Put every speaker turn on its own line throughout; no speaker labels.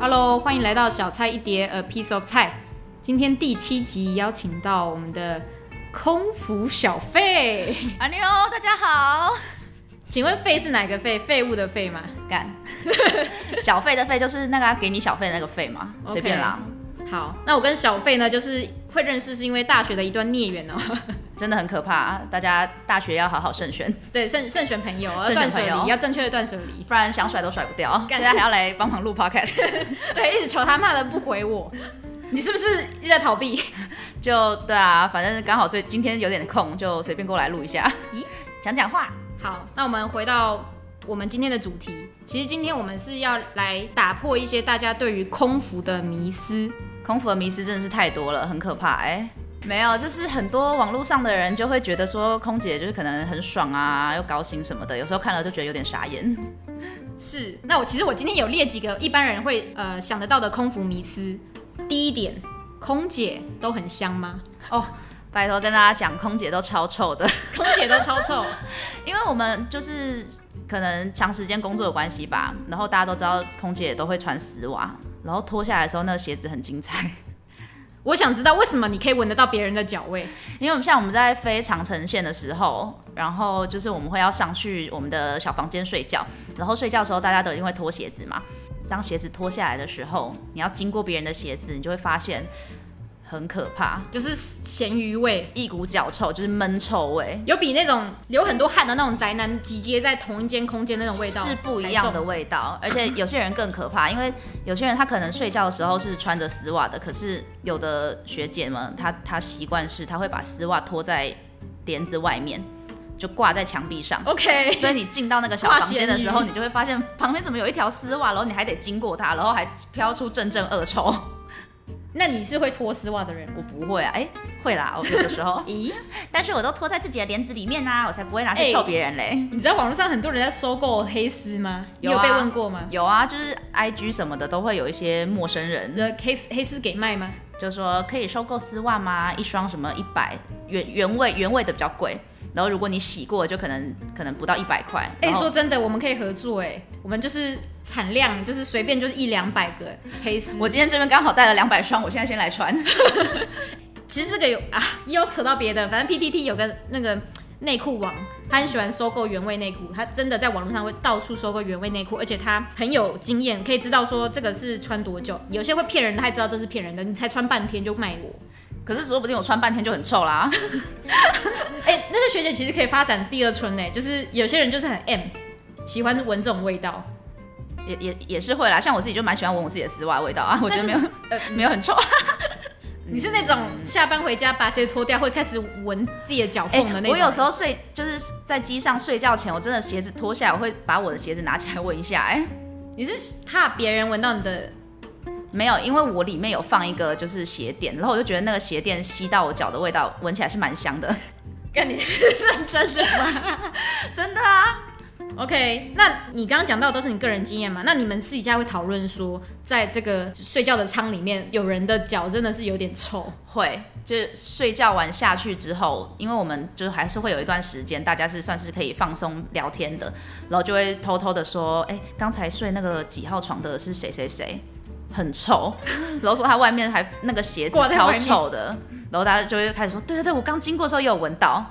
Hello，欢迎来到小菜一碟，A piece of 菜。今天第七集邀请到我们的空服小费，
阿妞，大家好。
请问费是哪个费？废物的废吗？
干，小费的费就是那个啊给你小费的那个费嘛，随便啦，
好，那我跟小费呢，就是会认识是因为大学的一段孽缘哦。
真的很可怕。啊大家大学要好好慎选，
对，慎慎选朋友，要
慎选
断舍
朋友
离，要正确的断舍离。
不然想甩都甩不掉。
干
现在还要来帮忙录 podcast，
对，一直求他骂的不回我， 你是不是一直在逃避？
就对啊，反正刚好最今天有点空，就随便过来录一下
咦，
讲讲话。
好，那我们回到我们今天的主题。其实今天我们是要来打破一些大家对于空服的迷思。
空腹的迷思真的是太多了，很可怕哎、没有，就是很多网络上的人就会觉得说，空姐就是可能很爽啊，又高薪什么的，有时候看了就觉得有点傻眼。
是，那我其实我今天有列几个一般人会呃想得到的空服迷思。第一点，空姐都很香吗？哦
拜托跟大家讲，空姐都超臭的。
空姐都超 臭，
因为我们就是可能长时间工作的关系吧，然后大家都知道空姐都会穿丝袜，然后脱下来的时候那个鞋子很精彩。
我想知道为什么你可以闻得到别人的脚味。
因为我们像我们在飞长城线的时候，然后就是我们会要上去我们的小房间睡觉，然后睡觉的时候大家都一定会脱鞋子嘛。当鞋子脱下来的时候，你要经过别人的鞋子，你就会发现很可怕，
就是咸鱼味，
一股脚臭，就是闷臭味，
有比那种流很多汗的那种宅男集结在同一间空间那种味道
是不一样的味道，而且有些人更 可怕，因为有些人他可能睡觉的时候是穿着丝袜的，可是有的学姐们，她她习惯是她会把丝袜拖在帘子外面，就挂在墙壁上
还重。OK，
所以你进到那个小
跨
房
嫌
间的时候，
疑
你就会发现旁边怎么有一条丝袜，然后你还得经过它，然后还飘出阵阵恶臭。
那你是会脱丝袜的人吗？，
我不会啊，哎、会啦，我有的时候
咦，
但是我都拖在自己的帘子里面啊呐、我才不会拿
哎
去臭别人嘞。
你知道网络上很多人在收购黑丝吗？你
有
有
啊
被问过吗？
有啊，就是 I G 什么的都会有一些陌生人，
呃，黑丝黑丝给卖吗？
就说可以收购丝袜吗？一双什么一百原原味原味的比较贵，然后如果你洗过就可能可能不到一百块。
哎、
然后
说真的，我们可以合作哎、我们就是产量就是随便就是一两百个黑丝。
我今天这边刚好带了两百双，我现在先来穿。
其实这个有啊，又扯到别的，反正 PTT 有个那个内裤王，他很喜欢收购原味内裤，他真的在网络上会到处收购原味内裤，而且他很有经验，可以知道说这个是穿多久。有些会骗人的，他也知道这是骗人的，你才穿半天就卖我。
可是说不定我穿半天就很臭啦。
哎、那些学姐其实可以发展第二春呢、就是有些人就是很 M，喜欢闻这种味道。
也也也是会啦，像我自己就蛮喜欢闻我自己的丝袜的味道 啊，我觉得没有、
呃
没有很 臭。
你是那种下班回家把鞋脱掉会开始闻自己的脚
哎、
缝的那种、
我有时候睡就是在机上睡觉前，我真的鞋子脱下来，我会把我的鞋子拿起来闻一下、哎，
你是怕别人闻到你的
没有，因为我里面有放一个就是鞋垫，然后我就觉得那个鞋垫吸到我脚的味道，闻起来是蛮香的。
干你是认真的吗
真
的啊。OK，那你刚刚讲到的都是你个人经验嘛？那你们私底下会讨论说，在这个睡觉的舱里面，有人的脚真的是有点臭，
会，就是睡觉完下去之后，因为我们就是还是会有一段时间，大家是算是可以放松聊天的，然后就会偷偷的说，哎、刚才睡那个几号床的是谁谁谁，很臭，然后说他外面还那个鞋子
挂在外
超
面
臭的，然后大家就会开始说，对对对，我刚经过的时候也有闻到，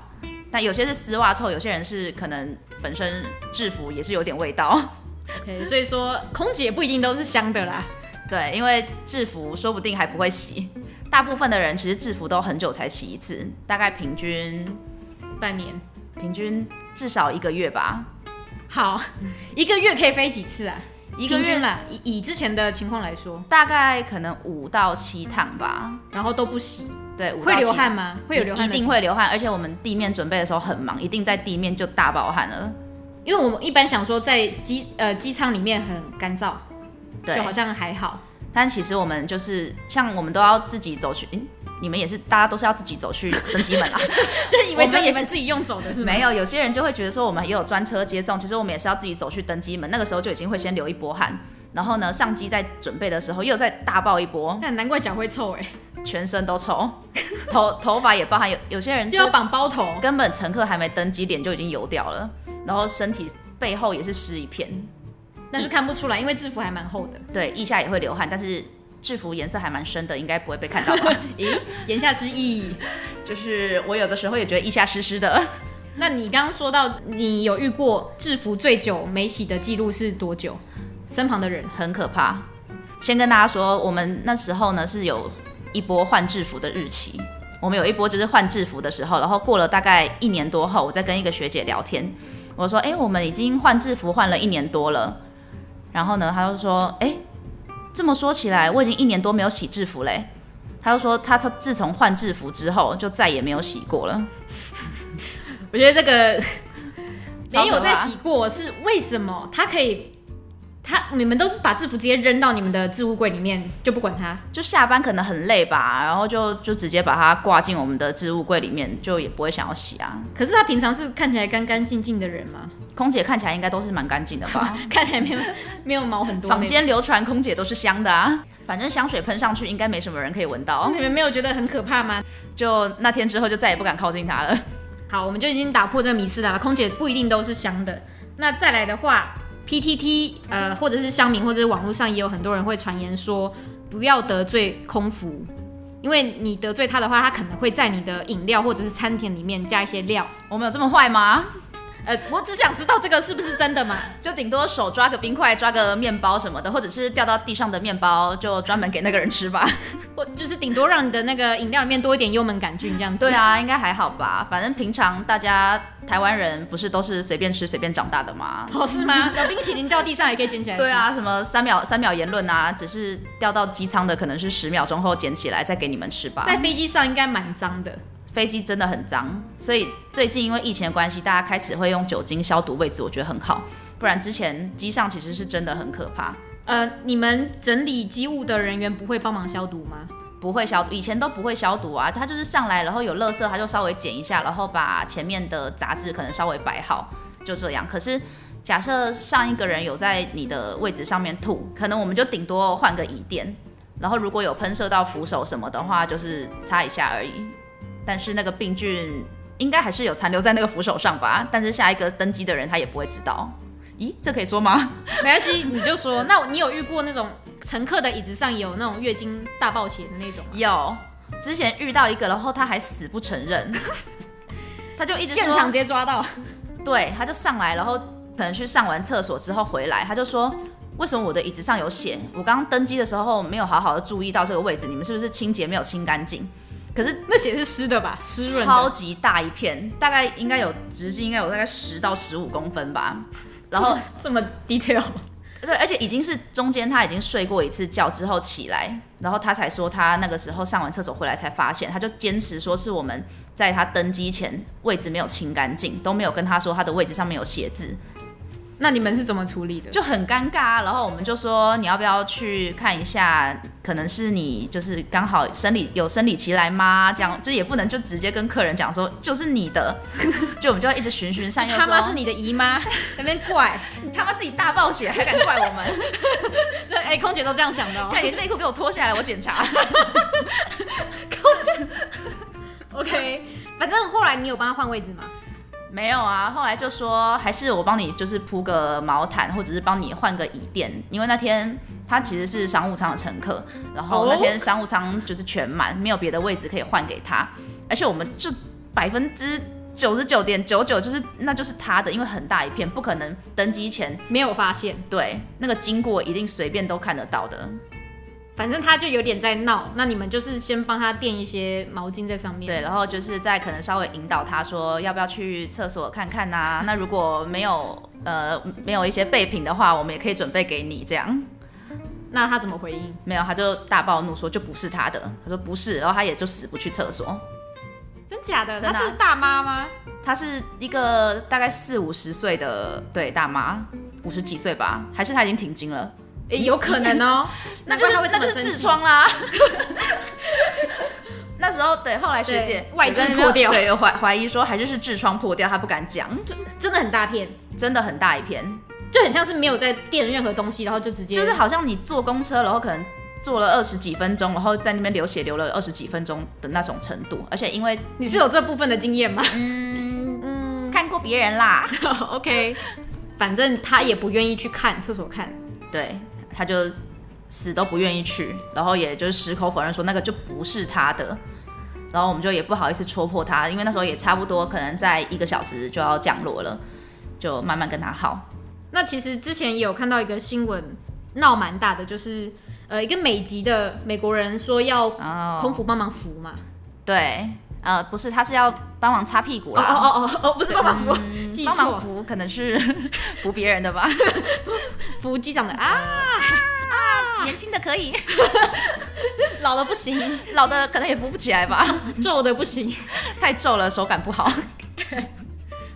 但有些是丝袜臭，有些人是可能本身制服也是有点味道。
OK，所以说空姐不一定都是香的啦。
对，因为制服说不定还不会洗， 大部分的人其实制服都很久才洗一次，大概平均
半年
平均至少一个月吧。
好，一个月可以飞几次啊？
一个
平均
月
啦，以以之前的情况来说，
大概可能五到七趟吧。
然后都不洗，
对，五
会
到七
流
趟
汗吗？会有流汗
一
的
定会流汗，而且我们地面准备的时候很忙，一定在地面就大爆汗了。
因为我们一般想说在机呃机舱里面很干燥，
对
就，好像还 好。
但其实我们就是像我们都要自己走去，嗯，你们也是，大家都是要自己走去登机门啦。啊
就是以为
我们
只有你
也
们
是
自己用走的是吗？
没有，有些人就会觉得说我们也有专车接送，其实我们也是要自己走去登机门，那个时候就已经会先流一波汗，然后呢上机在准备的时候又再大爆一波，
那难怪脚会臭哎、
全身都臭， 头头发也包含有有些人
就
就
要绑包 头。
根本乘客还没登机，脸就已经油掉了，然后身体背后也是湿一片，
但是看不出来，因为制服还蛮 厚的。
对，腋下也会流汗，但是制服颜色还蛮深的，应该不会被看到 吧？
咦，言下之意，
就是我有的时候也觉得腋下湿湿的，
那你刚刚说到你有遇过制服最久没洗的记录是多久？身旁的人
很可怕。先跟大家说，我们那时候呢是有一波换制服的日期，我们有一波就是换制服的时候，然后过了大概一年多后，我在跟一个学姐聊天，我说：“哎、我们已经换制服换了一年多了。”然后呢，她就说：“哎、这么说起来，我已经一年多没有洗制服嘞、她就说：“她自从换制服之后，就再也没有洗过了。
我觉得这个
超
没
可
有在
怕
洗过，是为什么？他可以，他你们都是把制服直接扔到你们的置物柜里面，就不管它。
就下班可能很累吧，然后就就直接把它挂进我们的置物柜里面，就也不会想要洗啊。
可是他平常是看起来干干净净的人吗？
空姐看起来应该都是蛮干 净的吧？
看起来没有没有毛很多那种。
哦坊间流传空姐都是香的啊，反正香水喷上去应该没什么人可以闻到。
你们没有觉得很可怕吗？
就那天之后就再也不敢靠近她了。
好，我们就已经打破这个迷思了。空姐不一定都是香的。那再来的话，PTT 呃，或者是乡民，或者是网络上也有很多人会传言说，不要得罪空服，因为你得罪他的话，他可能会在你的饮料或者是餐点里面加一些料。
我们有这么坏吗？
呃，我只想知道这个是不是真的嘛？
就顶多手抓个冰块、抓个面包什么的，或者是掉到地上的面包就专门给那个人吃吧。
或就是顶多让你的那个饮料里面多一点幽门杆菌这样子。
对，啊，应该还好吧。反正平常大家台湾人不是都是随便吃随便长大的吗？
哦是吗？那冰淇淋掉地上也可以捡起来。
对，啊，什么三秒三秒言论啊，只是掉到机舱的可能是十秒钟后捡起来再给你们吃吧。
在飞机上应该蛮脏的。
飞机真的很脏，所以最近因为疫情的关系，大家开始会用酒精消毒位置，我觉得很好。不然之前机上其实是真的很可怕，
呃，你们整理机务的人员不会帮忙消毒吗？
不会消毒，以前都不会消毒啊。他就是上来，然后有垃圾，他就稍微捡一下，然后把前面的杂志可能稍微摆好，就这样。可是假设上一个人有在你的位置上面吐，可能我们就顶多换个椅垫，然后如果有喷射到扶手什么的话，就是擦一下而已。但是那个病菌应该还是有残留在那个扶手上吧？但是下一个登机的人他也不会知道。咦，这可以 说吗？
没关系，你就说。那你有遇过那种乘客的椅子上也有那种月经大爆血的那种吗？
有，之前遇到一个，然后他还死不承认，他就一直
现
说
场直接抓到，
对，他就上来，然后可能去上完厕所之后回来，他就说。为什么我的椅子上有血？我刚刚登机的时候没有好好的注意到这个位置，你们是不是清洁没有清干净？可是
那血是湿的吧？湿润
超
的。
级大一片，大概应该有直径应该有大概十到十五公分吧。然后
这么 detail，
对，而且已经是中间他已经睡过一次觉之后起来，然后他才说他那个时候上完厕所回来才发现，他就坚持说是我们在他登机前位置没有清干净，都没有跟他说他的位置上面有血渍，
那你们是怎么处理的？
就很尴尬啊。然后我们就说你要不要去看一下，可能是你就是刚好生理有生理期来吗？这样就也不能就直接跟客人讲说就是你的，就我们就要一直循循善诱说，
他妈是你的姨妈，哎 那边怪。
你他妈自己大暴血还敢怪我们？
那哎、空姐都这样想的哦、
看你内裤给我脱下来，我检查。
OK，反正后来你有帮他换位置吗？
没有啊，后来就说还是我帮你就是铺个毛毯，或者是帮你换个椅垫，因为那天他其实是商务舱的乘客，然后
哦
那天商务舱就是全满，没有别的位置可以换给他，而且我们就百分之九十九点九九就是那就是他的，因为很大一片，不可能登机前
没有发现，
对那个经过一定随便都看得到的，
反正他就有点在闹。那你们就是先帮他垫一些毛巾在上面。
对，然后就是在可能稍微引导他说要不要去厕所看看呐、那如果没有呃没有一些备品的话，我们也可以准备给你这样。
那他怎么回应？
没有，他就大暴怒说就不是他的，他说不是，然后他也就死不去厕所。
真假的？
真的啊
他是大妈吗？
她是一个大概四五十岁的对大妈，五十几岁吧，还是她已经停经了？
诶有可能 哦、
那就是
难怪他
那
会这
就
么生
是痔
气
疮啦。 那时候对，后来学姐
对外痔
有跟人家
破掉
对，有怀怀疑说还是是痔疮破掉，她不敢讲，
就真的很大片，
真的很大一片。
就很像是没有在垫任何东西，然后就直接
就是好像你坐公车，然后可能坐了二十几分钟，然后在那边流血流了二十几分钟的那种程度，而且因为
你是有这部分的经验吗？
嗯
嗯
看过别人啦，
，OK，反正他也不愿意去看厕所看，
对，他就死都不愿意去，然后也就是矢口否认说那个就不是他的，然后我们就也不好意思戳破他，因为那时候也差不多可能在一个小时就要降落了，就慢慢跟他耗。
那其实之前也有看到一个新闻，闹蛮大的，就是呃一个美籍的美国人说要
哦，
空服帮忙扶嘛，
对，呃，不是，他是要帮忙擦屁股
哦
啦，
哦哦哦哦，不是帮忙扶，
嗯
记
帮
错
忙扶可能是 扶别人的吧，
扶机长的啊，
年轻的可以，
老的不 行，
老的可能也扶不起来吧，
皱的不行。
太皱了，手感不好。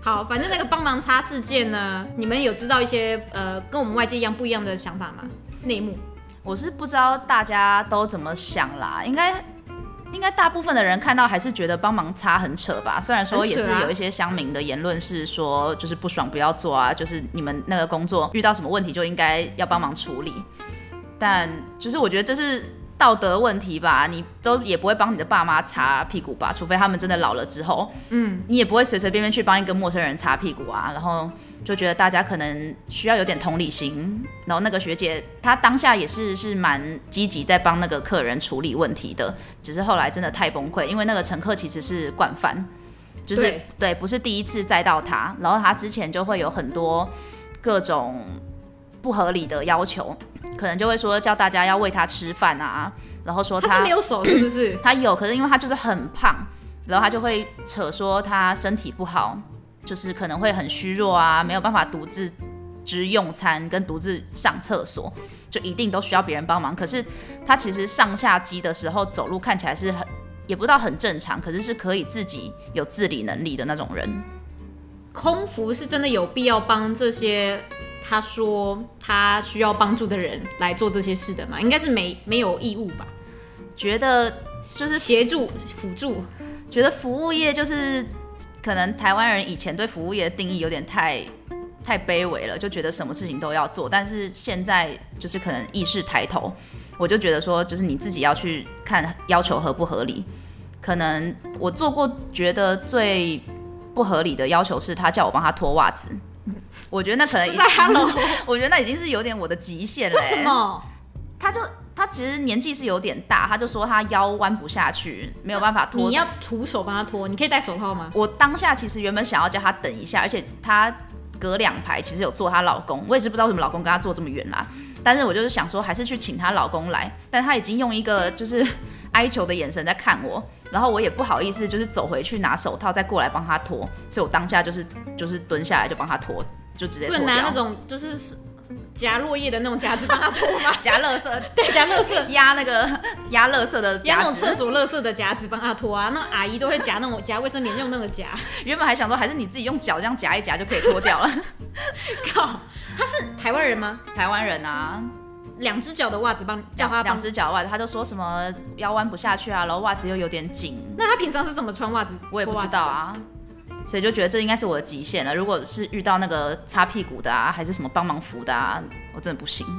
好，反正那个帮忙擦事件呢，你们有知道一些呃跟我们外界一样不一样的想法吗？内幕
我是不知道大家都怎么想啦，应该应该大部分的人看到还是觉得帮忙擦很扯吧。虽然说
很扯
也
啊
是有一些乡民的言论是说，就是不爽不要做啊，就是你们那个工作遇到什么问题就应该要帮忙处理。但就是我觉得这是道德问题吧，你都也不会帮你的爸妈擦屁股吧，除非他们真的老了之后，嗯，你也不会随随便便去帮一个陌生人擦屁股啊，然后。就觉得大家可能需要有点同理心。然后那个学姐她当下也是是蛮积极在帮那个客人处理问题的，只是后来真的太崩溃，因为那个乘客其实是惯犯，就是
对
不是第一次载到他，然后他之前就会有很多各种不合理的要求，可能就会说叫大家要喂他吃饭啊，然后说
他是没有手是不是？
他有，可是因为他就是很胖，然后他就会扯说他身体不好，就是可能会很虚弱啊，没有办法独自只用餐跟独自上厕所，就一定都需要别人帮忙。可是他其实上下机的时候走路看起来是很，也不到很正常，可是是可以自己有自理能力的那种人。
空服是真的有必要帮这些他说他需要帮助的人来做这些事的吗？应该是没没有义务吧？
觉得就是
协助辅助，
觉得服务业就是可能台湾人以前对服务业的定义有点太太卑微了，就觉得什么事情都要做，但是现在就是可能意识抬头，我就觉得说，就是你自己要去看要求合不合理。可能我做过觉得最不合理的要求是他叫我帮他脱袜子，我觉得那可 能
是在 Hello，
我觉得那已经是有点我的极限了、欸
为什么？
他就他其实年纪是有点大，他就说他腰弯不下去，没有办法脱
你要徒手帮他脱，你可以戴手套吗？
我当下其实原本想要叫她等一下，而且她隔两排其实有坐她老公，我也是不知道为什么老公跟她坐这么远啦。但是我就是想说，还是去请她老公来，但她已经用一个就是 哀求的眼神在看我，然后我也不好意思，就是走回去拿手套再过来帮她脱，所以我当下就是就是蹲下来就帮她脱，就直接
不
脱
能拿那
掉。
种就是夹落叶的那种夹子帮他脱吗？
夹乐色，
对，夹垃圾
压那个压乐色的
夹那
夹
种厕
子，
所垃圾的夹子帮他拖啊，那阿姨都会夹那种夹卫生棉用那个夹。
原本还想说还是你自己用脚这样夹一夹就可以脱掉了。
靠，他是台湾人吗？
台湾人啊，
两只脚的袜子帮叫
两
他
两
帮。
只脚袜子，他嗯就说什么腰弯不下去啊，然后袜子又有点紧，
那他平常是怎么穿袜子？
我也不
脱袜
知
子
道啊，所以就觉得这应该是我的极限了。如果是遇到那个擦屁股的啊，还是什么帮忙扶的啊，我真的不行。
的。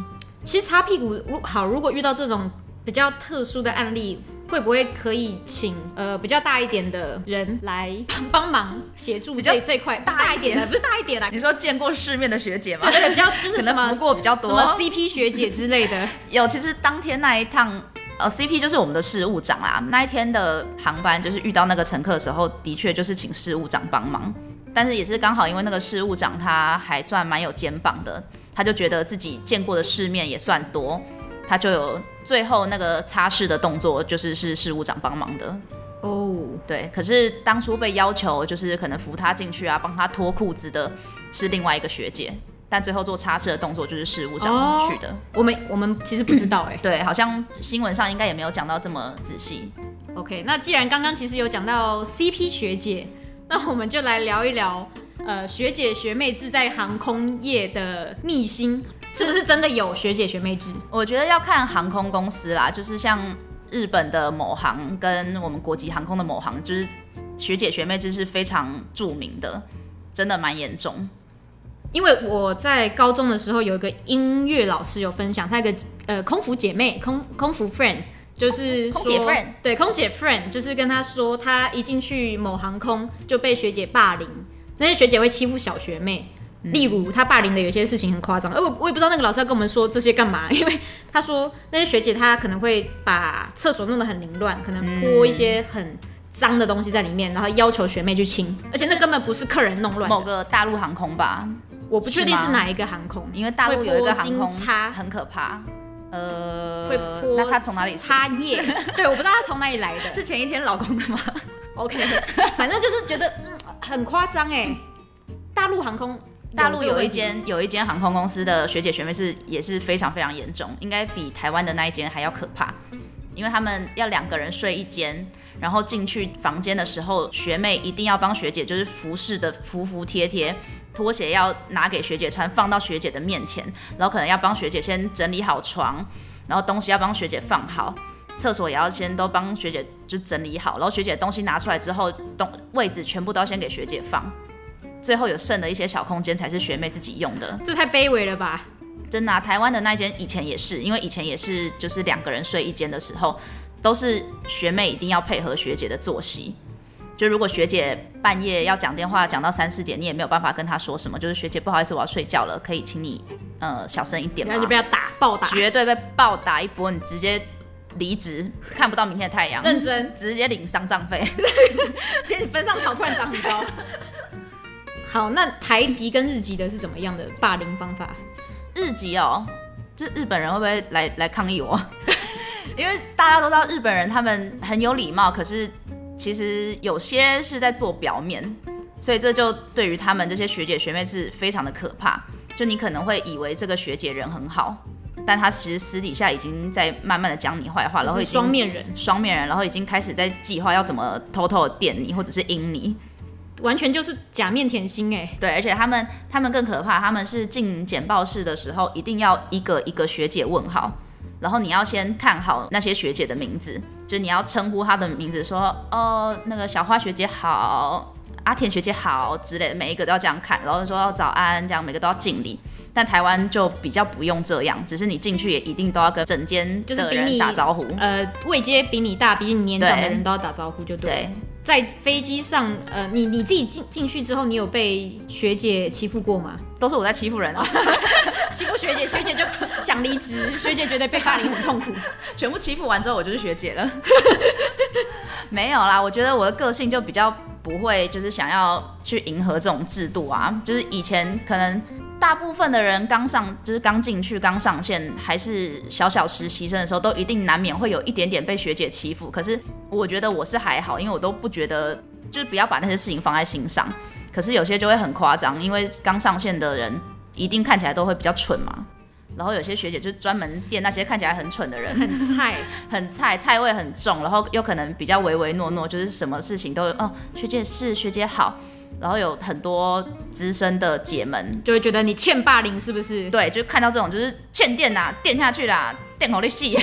其实擦屁股，如好，如果遇到这种比较特殊的案例，会不会可以请呃比较大一点的人来 帮忙协助
比较
这这一块？
大
大
一
点的， 不是大一点啦，
你说见过世面的学姐 吗
对？对，比较就是
可
什
能
么
扶过比较
什么
多。
CP 学姐之类的。
有，其实当天那一趟。呃，CP 就是我们的事务长啦。那一天的航班就是遇到那个乘客的时候，的确就是请事务长帮忙，但是也是刚好因为那个事务长他还算蛮有肩膀的，他就觉得自己见过的世面也算多，他就有最后那个擦拭的动作，就是是事务长帮忙的。
哦，
对，可是当初被要求就是可能扶他进去啊，帮他脱裤子的是另外一个学姐，但最后做擦拭的动作就是事务
哦
长去的。
我们我们其实不知道哎、
对，好像新闻上应该也没有讲到这么仔细。
OK，那既然刚刚其实有讲到 CP 学姐， 那我们就来聊一聊，呃，学姐学妹制在航空业的秘辛，是不是真的有学姐学妹制？
我觉得要看航空公司啦，就是像日本的某航跟我们国际航空的某航，就是学姐学妹制是非常著名的，真的蛮严重。
因为我在高中的时候有一个音乐老师有分享，她有一个呃空服姐妹，空空服 friend，就是说
空姐 friend
对空姐 friend，就是跟她说，她一进去某航空就被学姐霸凌，那些学姐会欺负小学妹，
嗯
例如他霸凌的有些事情很夸张，呃而我我也不知道那个老师要跟我们说这些干嘛， 因为他说那些学姐她可能会把厕所弄得很凌乱，可能泼
嗯
一些很脏的东西在里面，然后要求学妹去清，而且那根本不是客人弄乱
某
的，
个大陆航空吧，
我不确定
是吗
是哪一个航空，
因为大陆有一个航
会泼
空
金叉
很可怕，
会
呃，
泼
那他从哪里
插叶？ 对，我不知道他从哪里来 的。
是前一天老公的吗？
OK，反正就是觉得嗯很夸张哎，大陆航空
大陆
这个
有
问
一
题
间有一间航空公司的学姐学妹是也是非常非常严重，应该比台湾的那一间还要可怕，因为他们要两个人睡一间，然后进去房间的时候，学妹一定要帮学姐就是服侍的服服帖帖，拖鞋要拿给学姐穿，放到学姐的面前，然后可能要帮学姐先整理好床，然后东西要帮学姐放好。厕所也要先都帮学姐就整理好，然后学姐东西拿出来之后，东位置全部都要先给学姐放，最后有剩的一些小空间才是学妹自己用的。
这太卑微了吧？
真的啊、台湾的那间以前也是，因为以前也是就是两个人睡一间的时候，都是学妹一定要配合学姐的作息。就如果学姐半夜要讲电话讲到三四点，你也没有办法跟她说什么，就是学姐不好意思我要睡觉了，可以请你呃小声一点吗
然后？就被他打暴打，
绝对被暴打一波，你直接离职，看不到明天的太阳，
认 真，
直接领丧葬费。
天坟上草突然长很高。好，那台籍跟日籍的是怎么样的霸凌方法？
日籍哦，这日本人会不会来来抗议我？ 因为大家都知道日本人他们很有礼貌，可是其实有些是在做表面，所以这就对于他们这些学姐学妹是非常的可怕。就你可能会以为这个学姐人很好，但她其实私底下已经在慢慢的讲你坏话，然后
就
已
是
经
双面人，
双面人，然后已经开始在计划要怎么偷偷的电你或者是阴你。
完全就是假面甜心哎、
对，而且他们他们更可怕，他们是进简报室的时候，一定要一个一个学姐问好，然后你要先看好那些学姐的名字，就是你要称呼她的名字，说哦那个小花学姐好，阿田学姐好之类的，每一个都要这样看，然后说早安，这样每个都要敬礼。但台湾就比较不用这样，只是你进去也一定都要跟整间
就是
的
比
人
你
打招呼。
呃，位阶比你大、比你年长的
对
人都要打招呼就对了。
对，
在飞机上，呃，你你自己进进去之后，你有被学姐欺负过吗？
都是我在欺负人啊，
欺负学姐，学姐就想离 职，学姐觉得被霸凌很痛苦。
全部欺负完之后，我就是学姐了。 没有啦，我觉得我的个性就比较不会，就是想要去迎合这种制度啊。就是以前可能大部分的人刚上，就是刚进去、刚上线，还是小小实习生的时候，都一定难免会有一点点被学姐欺负。可是我觉得我是还好，因为我都不觉得，就是不要把那些事情放在心上。可是有些就会很夸张，因为刚上线的人一定看起来都会比较蠢嘛。然后有些学姐就是专门电那些看起来很蠢的人，
很菜，
很菜，菜味很重，然后又可能比较唯唯诺诺，就是什么事情都有哦，学姐是学姐好，然后有很多资深的姐们，
就会觉得你欠霸凌是不是？
对，就看到这种就是欠电啦，电下去啦，电口力细。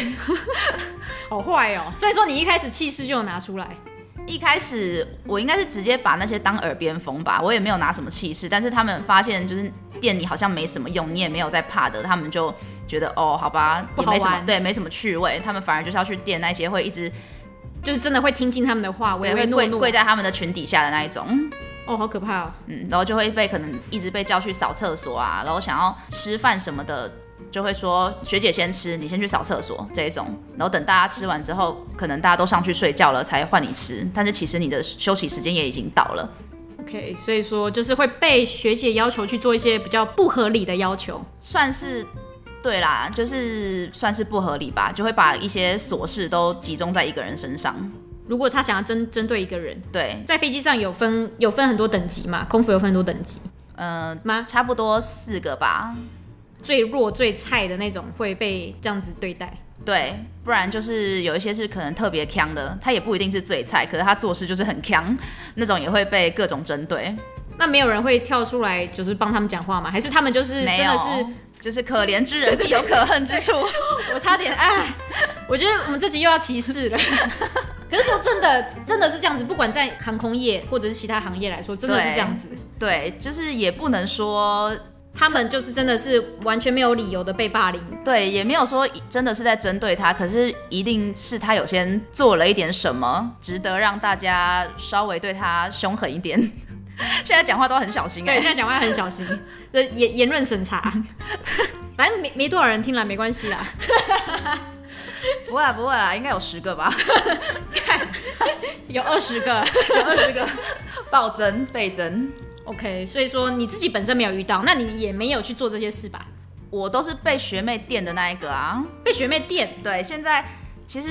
好坏哦。所以说你一开始气势就有拿出来，
一开始我应该是直接把那些当耳边风吧，我也没有拿什么气势，但是他们发现就是电你好像没什么用，你也没有在怕的，他们就觉得哦，好吧，
不
也
好
没什么
玩
对，没什么趣味，他们反而就是要去电那些会一直
就是真的会听进他们的话，唯
对
唯
会
诺
跪
诺。
跪在他们的裙底下的那一种。
哦，好可怕哦。
嗯，然后就会被可能一直被叫去扫厕所啊，然后想要吃饭什么的，就会说学姐先吃，你先去扫厕所这一种。然后等大家吃完之后，可能大家都上去睡觉了，才换你吃。但是其实你的休息时间也已经到了。
OK，所以说就是会被学姐要求去做一些比较不合理的要求。
算是对啦，就是算是不合理吧，就会把一些琐事都集中在一个人身上。
如果他想要针针对一个人，
对，
在飞机上有分有分很多等级嘛，空服有分很多等级
嗯、
吗？
差不多四个吧。
最弱最菜的那种会被这样子对待，
对，不然就是有一些是可能特别强的，他也不一定是最菜，可是他做事就是很强，那种也会被各种针对。
那没有人会跳出来就是帮他们讲话吗？还是他们就是真
没有，
的是
就是可怜之人必有可恨之处。
我差点哎，我觉得我们这集又要歧视 了。可是说真的，真的是这样子，不管在航空业或者是其他行业来说，真的是
对
这样子。
对，就是也不能说，
他们就是真的是完全没有理由的被霸凌，
对，也没有说真的是在针对他，可是一定是他有先做了一点什么，值得让大 家稍微对他凶狠一点。现在讲话都很小心哎、
对，现在讲话要很小心。这言言论审查， 反正没没多少人听啦，没关系啦。
不会啦，不会啦，应该有十个吧，
有二十个
有二十个，暴增倍增。
，OK。所以说你自己本身没有遇到，那你也没有去做这些事吧？
我都是被学妹电的那一个啊。
被学妹电，
对，现在其实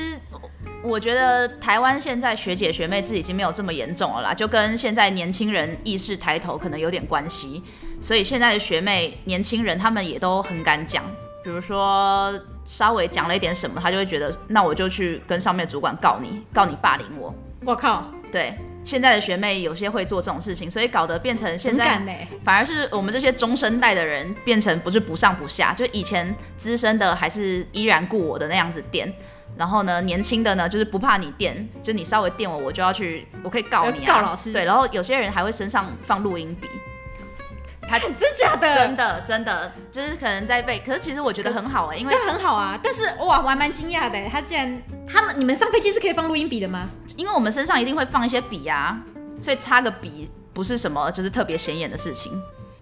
我我觉得台湾现在学姐学妹制已经没有这么严重了啦，就跟现在年轻人意识抬头可能有点关系。所以现在的学妹、年轻人他们也都很敢讲，比如说稍微讲了一点什么，他就会觉得那我就去跟上面的主管告你，告你霸凌我。
我靠，
对，现在的学妹有些会做这种事情，所以搞得变成现
很
在
敢呢、欸
反而是我们这些中生代的人变成不是不上不下，就以前资深的还是依然顾我的那样子电，然后呢，年轻的呢就是不怕你电，就你稍微电我，我就要去，我可以告你、啊，
告老师
对，然后有些人还会身上放录音笔，
真假的？
真的真的就是可能在被，可是其实我觉得很好啊、因为
但很好啊，但是哇，我还蛮惊讶的欸，他竟然他们你们上飞机是可以放录音笔的吗？
因为我们身上一定会放一些笔啊，所以擦个笔不是什么就是特别显眼的事情。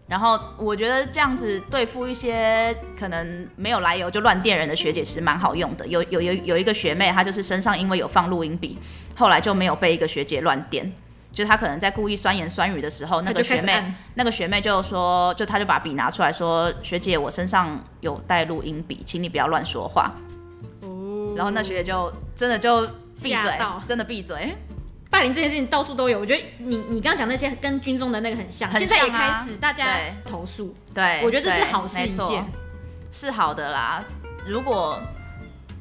然后我觉得这样子对付一些可能没有来由就乱电人的学姐，其实蛮好用的。有有有有一个学妹，她就是身上因为有放录音笔，后来就没有被一个学姐乱电，就她可能在故意酸言酸语的时候，哦那
他
个
就开
学
始
妹
按
那个学妹就说，就她就把笔拿出来说：“学姐，我身上有带录音笔，请你不要乱说话。”
哦
然后那学姐就真的就闭嘴
吓到，
真的闭嘴。
霸凌这件事情到处都有，我觉得你你刚刚讲那些跟军中的那个很像，
很
现在也
像啊
开始大家
对
投诉，
对，
我觉得这是
对
好事
没
一
错
件
是好的啦。如果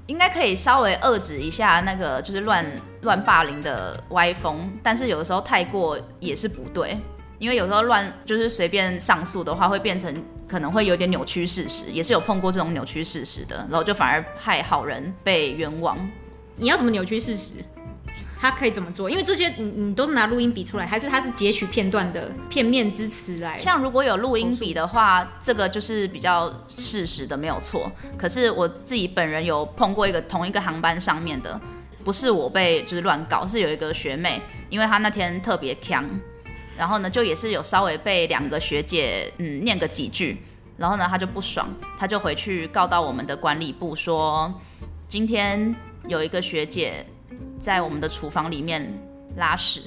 应该可以稍微遏制一下那个就是乱乱霸凌的歪风，但是有的时候太过也是不对，因为有时候乱就是随便上诉的话，会变成可能会有点扭曲事实，也是有碰过这种扭曲事实的，然后就反而害好人被冤枉。
你要怎么扭曲事实？他可以怎么做？因为这些你你都是拿录音笔出来，还是他是截取片段的片面之词来？
像如果有录音笔的话，这个就是比较事实的，没有错。可是我自己本人有碰过一个同一个航班上面的，不是我被就是乱搞，是有一个学妹，因为她那天特别强，然后呢就也是有稍微被两个学姐嗯念个几句，然后呢她就不爽，她就回去告到我们的管理部说，今天有一个学姐在我们的厨房里面拉屎。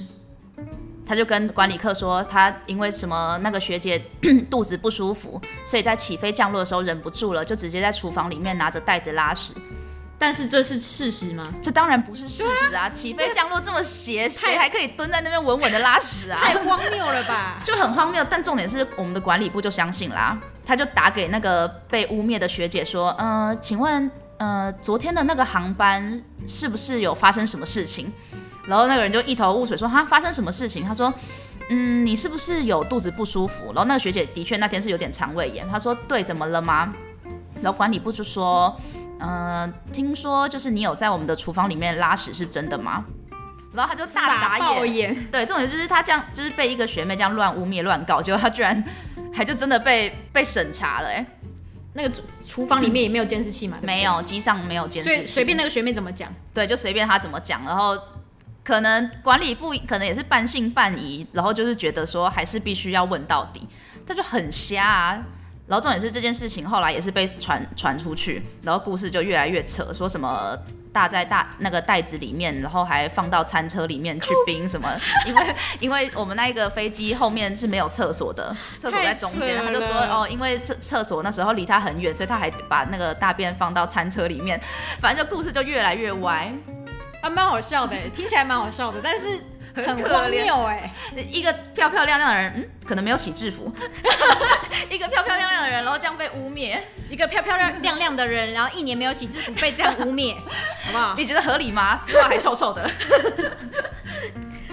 他就跟管理课说，他因为什么那个学姐 肚子不舒服，所以在起飞降落的时候忍不住了，就直接在厨房里面拿着袋子拉屎。
但是这是事实吗？
这当然不是事实啊！起飞降落这么斜，谁还可以蹲在那边稳稳的拉屎 啊？
太荒谬了 吧！
就很荒谬。但重点是，我们的管理部就相信啦，他就打给那个被污蔑的学姐说：“呃，请问，呃，昨天的那个航班是不是有发生什么事情？”然后那个人就一头雾水说：“哈，发生什么事情？”他说：“嗯，你是不是有肚子不舒服？”然后那个学姐的确那天是有点肠胃炎，她说：“对，怎么了吗？”然后管理部就说：“呃，听说就是你有在我们的厨房里面拉屎，是真的吗？”然后他就大傻眼
爆，眼，
对，重点就是他这样，就是被一个学妹这样乱污蔑、乱搞，结果他居然还就真的被被审查了、哎，
那个厨厨房里面也没有监视器嘛？对不对
没，有，机上没有监视
所以
器，
随便那个学妹怎么讲，
对，就随便他怎么讲，然后可能管理部可能也是半信半疑，然后就是觉得说还是必须要问到底，他就很瞎啊。然后重点是这件事情后来也是被传传出去，然后故事就越来越扯，说什么大在大那个袋子里面，然后还放到餐车里面去冰什么，因为 因为我们那一个飞机后面是没有厕所的，厕所在中间，
太扯
他就说
了
哦，因为厕厕所那时候离他很远，所以他还把那个大便放到餐车里面，反正就故事就越来越歪。
啊，蛮好笑的，听起来蛮好笑的，但是很
可
荒
怜
谬哎。
一个漂漂亮亮的人，嗯，可能没有洗制服， 一个漂漂亮亮的人，然后这样被污蔑，
一个漂漂亮亮亮的人，然后一年没有洗制服被这样污蔑， 好不好？
你觉得合理吗？丝袜还臭臭的，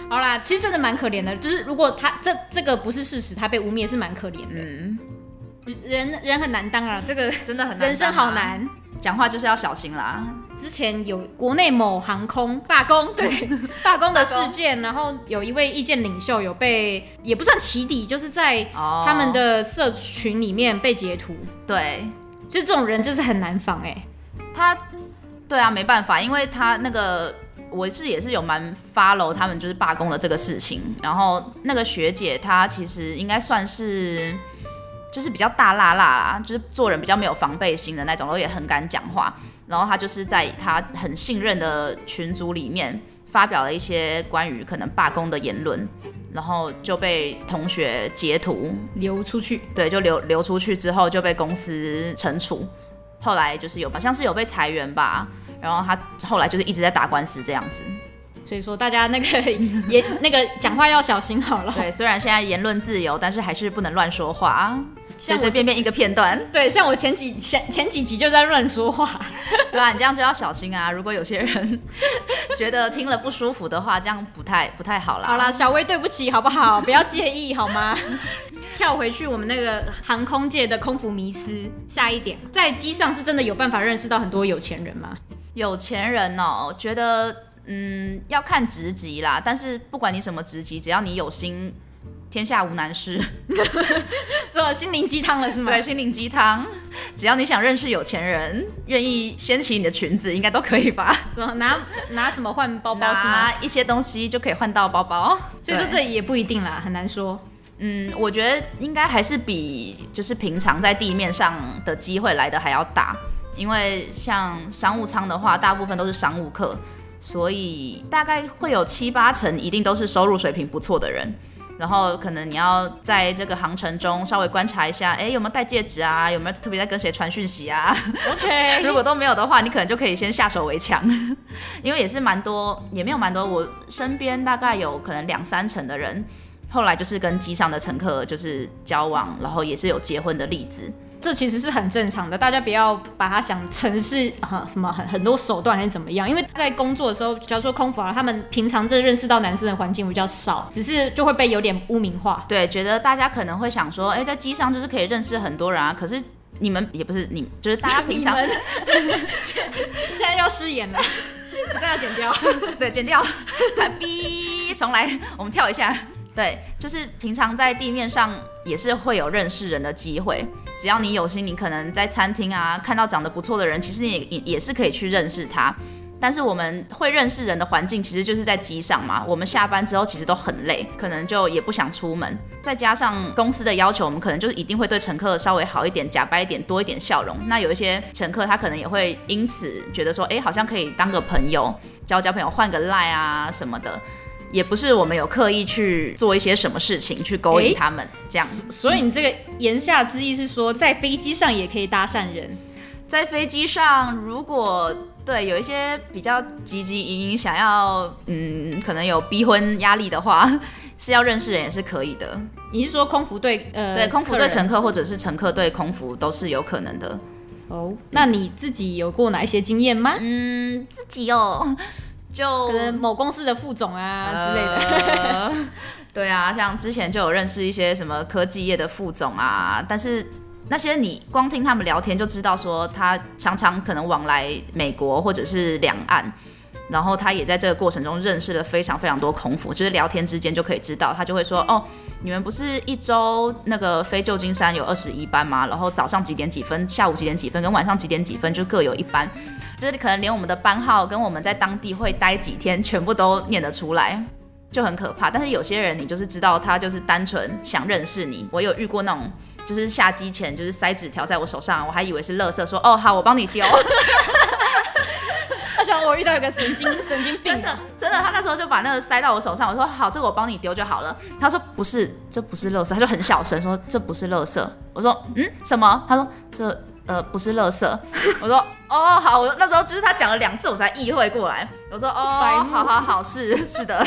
好啦，其实真的蛮可怜的，就是如果他这这个不是事实，他被污蔑是蛮可怜的。
嗯，
人人很难当啊，这个
真的很难、啊
人生好，难。
讲话就是要小心啦。
之前有国内某航空罢工，对 罢工的事件，然后有一位意见领袖有被也不算起底，就是在
哦，
他们的社群里面被截图，
对
就这种人就是很难防哎、
他，对啊，没办法，因为他那个我是也是有蛮 follow 他们就是罢工的这个事情，然后那个学姐她其实应该算是就是比较大辣辣啦，就是做人比较没有防备心的那种，然后也很敢讲话。然后他就是在他很信任的群组里面发表了一些关于可能罢工的言论，然后就被同学截图，
流出去。
对，就流流出去之后就被公司惩处，后来就是有好像是有被裁员吧，然后他后来就是一直在打官司这样子。
所以说大家那个也 那个讲话要小心好了。
对，虽然现在言论自由，但是还是不能乱说话，
像
随
我
随便便一个片段。
对，像我前几前前几集就在乱说话，
对啊，你这样就要小心啊！如果有些人 觉得听了不舒服的话，这样不太不太好啦。
好啦，小薇，对不起，好不 好？不要介意，好吗？ 跳回去我们那个航空界的空服迷思，下一点，在机上是真的有办法认识到很多有钱人 吗？
有钱人哦，觉得嗯要看职级啦，但是不管你什么职级，只要你有心，天下无难事。
做心灵鸡汤了是吗？
对，，心灵鸡汤，只要你想认识有钱人，愿意掀起你的裙子，应该都可以吧？
什么拿拿什么换包包是吗？
拿一些东西就可以换到包包，
所以说
对
这也不一定啦，很难说。
嗯，我觉得应该还是比就是平常在地面上的机会来的还要大，因为像商务舱的话，大部分都是商务客，所以大概会有七八成一定都是收入水平不错的人。然后可能你要在这个航程中稍微观察一下，哎，有没有戴戒指啊？有没有特别在跟谁传讯息啊？
OK，
如果都没有的话，你可能就可以先下手为强， 因为也是蛮多，也没有蛮多，我身边大概有可能两三成的人，后来就是跟机上的乘客就是交往，然后也是有结婚的例子。
这其实是很正常的，大家不要把它想成是啊什么很很多手段还是怎么样，因为在工作的时候，比如说空服啊，他们平常这认识到男生的环境比较少，只是就会被有点污名化。
对，觉得大家可能会想说，哎，在机上就是可以认识很多人啊，可是你们也不是你，就是大家平常
你们现在要失言了，这个要剪掉。
对，剪掉， 快哔，重来，我们跳一下。对，就是平常在地面上也是会有认识人的机会，只要你有心，你可能在餐厅啊看到长得不错的人，其实你也也也是可以去认识他。但是我们会认识人的环境，其实就是在机上嘛。我们下班之后其实都很累，可能就也不想出门。再加上公司的要求，我们可能就是一定会对乘客稍微好一点，假掰一点，多一点笑容。那有一些乘客他可能也会因此觉得说，哎，好像可以当个朋友，交交朋友，换个赖啊什么的。也不是我们有刻意去做一些什么事情去勾
诶
引他们，这样
所以你这个言下之意是说，在飞机上也可以搭讪人，
在飞机上，如果对有一些比较积极营营想要嗯，可能有逼婚压力的话，是要认识人也是可以的。
你是说空服对呃
对，空服
客
对
人
乘客或者是乘客对空服都是有可能的。
哦？那你自己有过哪一些经验吗？
嗯，自己哦， 就
可能某公司的副总啊之类的。
的。对啊，像之前就有认识一些什么科技业的副总啊，但是那些你光听他们聊天就知道，说他常常可能往来美国或者是两岸，然后他也在这个过程中认识了非常非常多空服，就是聊天之间就可以知道，他就会说哦，你们不是一周那个飞旧金山有二十一班吗？然后早上几点几分，下午几点几分，跟晚上几点几分就各有一班，就是可能连我们的班号跟我们在当地会待几天，全部都念得出来。就很可怕，但是有些人你就是知道他就是单纯想认识你。我有遇过那种，就是下机前就是塞纸条在我手上，我还以为是垃圾，说哦好，我帮你丢。
他想我遇到一个神经神经病，
真的真的，他那时候就把那个塞到我手上，我说好，这个我帮你丢就好了。他说不是，这不是垃圾，他就很小声说这不是垃圾。我说嗯什么？他说这呃不是垃圾。我说哦好，我那时候就是他讲了两次我才意会过来。我说
白
哦
目
好好好是是的，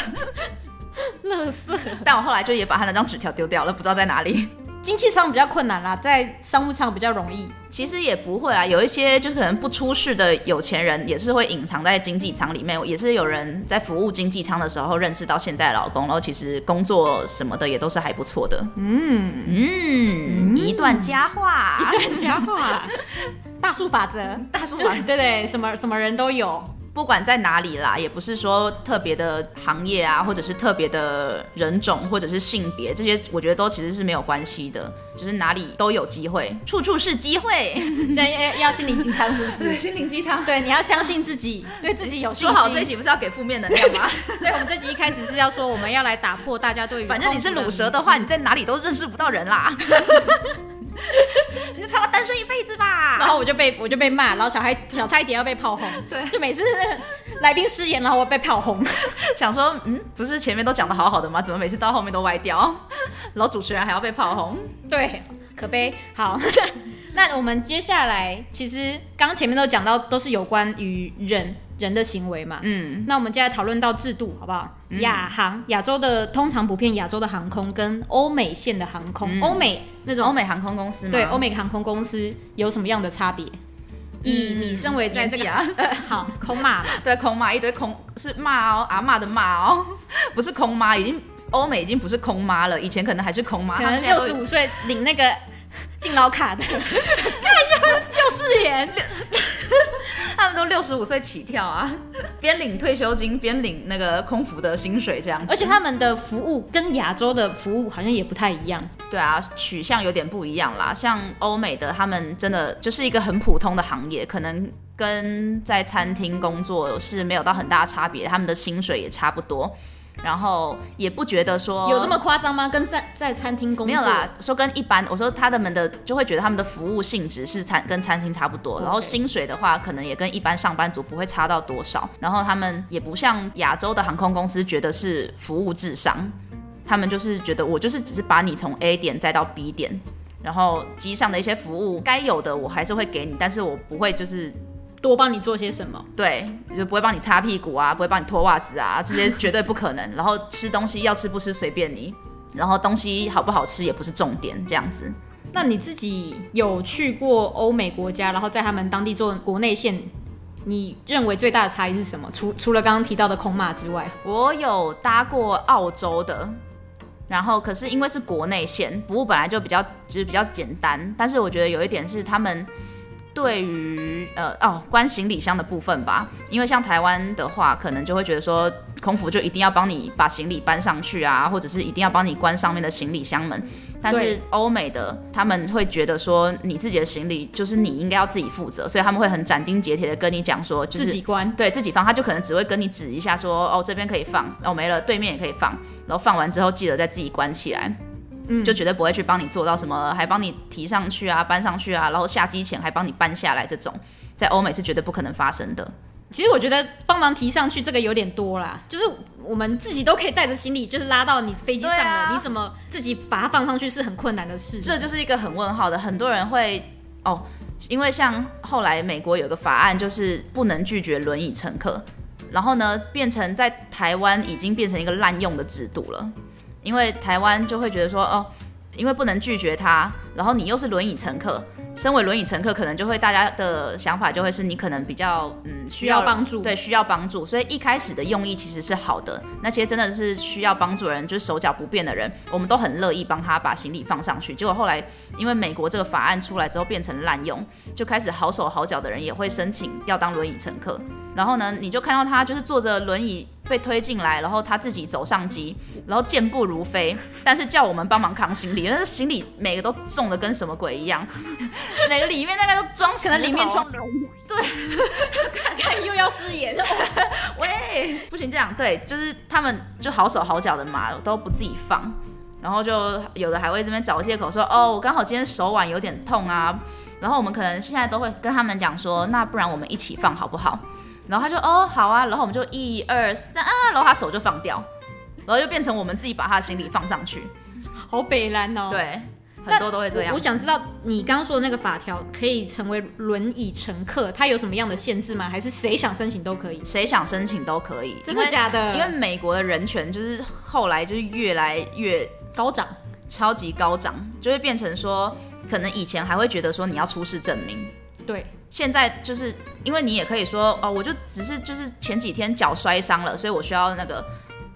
乐色。
但我后来就也把他那张纸条丢掉了，不知道在哪里。
经济舱比较困难啦，在商务舱比较容易。
其实也不会啊，有一些就可能不出世的有钱人，也是会隐藏在经济舱里面，也是有人在服务经济舱的时候认识到现在的老公，然后其实工作什么的也都是还不错的。
嗯，
嗯，一段佳话，
对，啊讲话。大数法则，
大叔
就
啊
是对对，什么什么人都有。
不管在哪里啦，也不是说特别的行业啊，或者是特别的人种，或者是性别，这些我觉得都其实是没有关系的，就是哪里都有机会，处处是机 会。
现在要要心灵鸡汤是不是？
心灵鸡汤。
对，你要相信自己，对自己有信
说
心。
好这一集不是要给负面能量吗？
对，我们这集一开始是要说我们要来打破大家对于
反正你是
空腹
卤蛇的话，你在哪里都认识不到人啦。 你就他妈单身一辈子吧。
然后我就被我就被骂，然后小孩小差一点要被炮轰，
对，
就每次那个来宾失言，然后我被炮轰，
想说，嗯，不是前面都讲的好好的吗？怎么每次到后面都歪掉？ 然后主持人还要被炮轰。
对，可悲。好， 那我们接下来其实刚刚前面都讲到都是有关于人人的行为嘛，
嗯，
那我们接下来讨论到制度好不好？亚航亚洲的通常普遍亚洲的航空跟欧美线的航空，
嗯
欧、美那
欧
种
美航空公司吗？
对欧美航空公司有什么样的差别？以你身为在这
嗯年纪
个、
啊，
呃好空骂嘛，
对空妈一堆空是骂哦，阿骂的骂哦， 不是空妈，已经欧美已经不是空妈了，以前可能还是空妈，
可
他们
能
现在
六
都
十五岁领那个敬老卡的， 看又又誓言，
他们都六十五岁起跳啊， 边领退休金边领那个空服的薪水这样，
而且他们的服务跟亚洲的服务好像也不太一样。
对啊，取向有点不一样啦。像欧美的，他们真的就是一个很普通的行业，可能跟在餐厅工作是没有到很大差别，他们的薪水也差不多，然后也不觉得说
有这么夸张吗？跟在在餐厅工作
没有啦，说跟一般，我说他们的就会觉得他们的服务性质是餐跟餐厅差不多，然后
OK
薪水的话，可能也跟一般上班族不会差到多少，然后他们也不像亚洲的航空公司觉得是服务至上，他们就是觉得我就是只是把你从 A 点再到 B 点，然后机上的一些服务该有的我还是会给你，但是我不会就是
多帮你做些什么？
对，就不会帮你擦屁股啊，不会帮你脱袜子啊，这些绝对不可能。然后吃东西要吃不吃随便你，然后东西好不好吃也不是重点，这样子。
那你自己有去过欧美国家，然后在他们当地做国内线，你认为最大的差异是什么？除除了刚刚提到的空骂之外，
我有搭过澳洲的，然后可是因为是国内线，服务本来就比较就是比较简单，但是我觉得有一点是他们对于呃哦关行李箱的部分吧，因为像台湾的话，可能就会觉得说空服就一定要帮你把行李搬上去啊，或者是一定要帮你关上面的行李箱门。但是
对
欧美的他们会觉得说，你自己的行李就是你应该要自己负责，所以他们会很斩钉截铁的跟你讲说，就是
自己关。
对自己放，他就可能只会跟你指一下说，哦这边可以放，哦没了，对面也可以放，然后放完之后记得再自己关起来，
嗯
就绝对不会去帮你做到什么，还帮你提上去啊，搬上去啊，然后下机前还帮你搬下来这种，在欧美是绝对不可能发生的。
其实我觉得帮忙提上去这个有点多啦，就是我们自己都可以带着行李，就是拉到你飞机上了，
对啊
你怎么自己把它放上去是很困难的事。
这就是一个很问号的，很多人会哦，因为像后来美国有个法案，就是不能拒绝轮椅乘客，然后呢，变成在台湾已经变成一个滥用的制度了，因为台湾就会觉得说哦，因为不能拒绝他，然后你又是轮椅乘客。身为轮椅乘客，可能就会大家的想法就会是你可能比较嗯需
需要帮助
对，需要帮助，所以一开始的用意其实是好的。那些真的是需要帮助的人，就是手脚不便的人，我们都很乐意帮他把行李放上去。结果后来因为美国这个法案出来之后变成滥用，就开始好手好脚的人也会申请要当轮椅乘客。然后呢，你就看到他就是坐着轮椅被推进来，然后他自己走上机，然后健步如飞，但是叫我们帮忙扛行李，但是行李每个都重的跟什么鬼一样， 每个里面大概都装石
可
头，
能里面装龙，
对，
看看又要失 言，
喂，不行这样，对，就是他们就好手好脚的嘛，都不自己放，然后就有的还会这边找借口说，哦，我刚好今天手腕有点痛啊，然后我们可能现在都会跟他们讲说，那不然我们一起放好不好？然后他就哦好啊，然后我们就一二三啊，然后他手就放掉，然后就变成我们自己把他的行李放上去，
好北蓝哦。
对，
那
很多都会这
我
样
我。想知道你刚刚说的那个法条可以成为轮椅乘客，它有什么样的限制吗？还是谁想申请都可以？
谁想申请都可以，
真的假的？
因为？因为美国的人权就是后来就是越来越
高涨，
超级高涨，就会变成说，可能以前还会觉得说你要出示证明，
对，
现在就是因为你也可以说哦，我就只是就是前几天脚摔伤了，所以我需要那个，